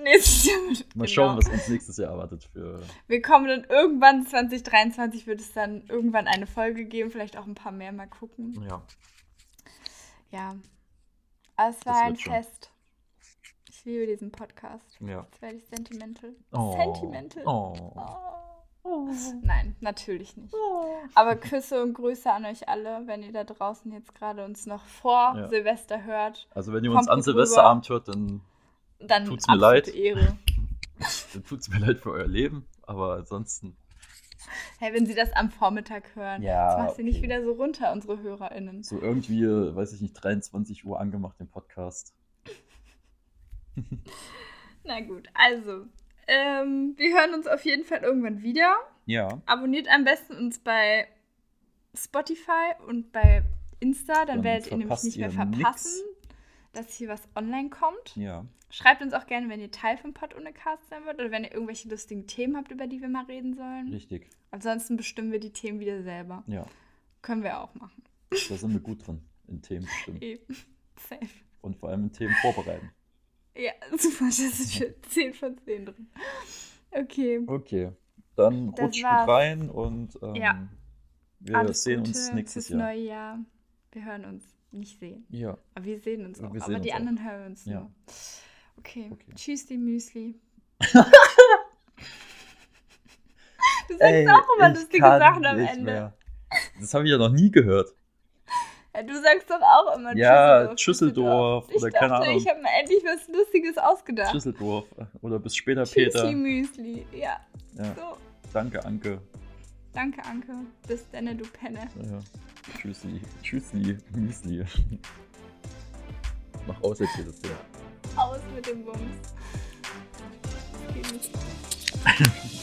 Nächstes Jahr mit,
Mal
genau.
schauen, was uns nächstes Jahr erwartet. Für
Wir kommen dann irgendwann 2023 wird es dann irgendwann eine Folge geben, vielleicht auch ein paar mehr mal gucken.
ja,
Ja. Aber es war
Das wird
ein
schon.
Fest. Ich liebe diesen Podcast.
ja.
Jetzt werde ich sentimental.
Oh,
Sentimental.
Oh.
Oh. Nein, natürlich nicht. Aber Küsse und Grüße an euch alle, wenn ihr da draußen jetzt gerade uns noch vor
Ja.
Silvester hört,
Also wenn ihr
Kommt
uns an
gut
Silvesterabend hört, dann,
dann
Tut's mir
absolute
leid.
Ehre.
dann tut es mir leid für euer Leben. Aber ansonsten,
Hey, wenn sie das am Vormittag hören,
Ja,
das macht sie nicht
okay.
wieder so runter, unsere HörerInnen.
so irgendwie, äh, weiß ich nicht, 23 Uhr angemacht den Podcast.
Na gut, also, ähm, wir hören uns auf jeden Fall irgendwann wieder.
Ja.
Abonniert am besten uns bei Spotify und bei Insta, dann
Dann
werdet ihr nämlich
verpasst
nicht mehr
ihr
verpassen, dass hier was online kommt.
Ja.
Schreibt uns auch gerne, wenn ihr Teil vom Pod ohne Cast sein wollt oder wenn ihr irgendwelche lustigen Themen habt, über die wir mal reden sollen.
Richtig.
Ansonsten bestimmen wir die Themen wieder selber.
Ja.
Können wir auch machen.
Da sind wir gut drin. In Themen bestimmen.
Eben. Safe.
Und vor allem in Themen vorbereiten.
Ja, super, das ist für 10 von 10 drin. Okay.
Okay. Dann
Das
rutscht
war's.
gut rein und ähm,
Ja.
wir
Alles
sehen
Gute
uns nächstes
fürs
Jahr.
neue Jahr. Wir hören uns. Nicht sehen.
Ja.
Aber wir sehen uns
Wir
auch.
sehen
Aber
uns
die
auch.
anderen hören uns
Ja.
nur. Okay.
Okay.
Tschüss, die Müsli. du sagst auch immer lustige Sachen am Ende.
Das habe ich ja noch nie gehört.
Ja, du sagst doch auch immer
Ja, Schüsseldorf
Ich
oder
dachte,
keine Ahnung.
ich habe mir endlich was Lustiges ausgedacht.
Düsseldorf. äh, Oder bis später, Peter.
Tschüssi Müsli. Ja,
Ja.
so.
Danke, Anke.
Danke, Anke. Bis dann, du Penne.
Ja. Tschüssi. Tschüssi. Müsli. Mach aus jetzt hier das Thema.
Aus mit dem Bums. Geht nicht.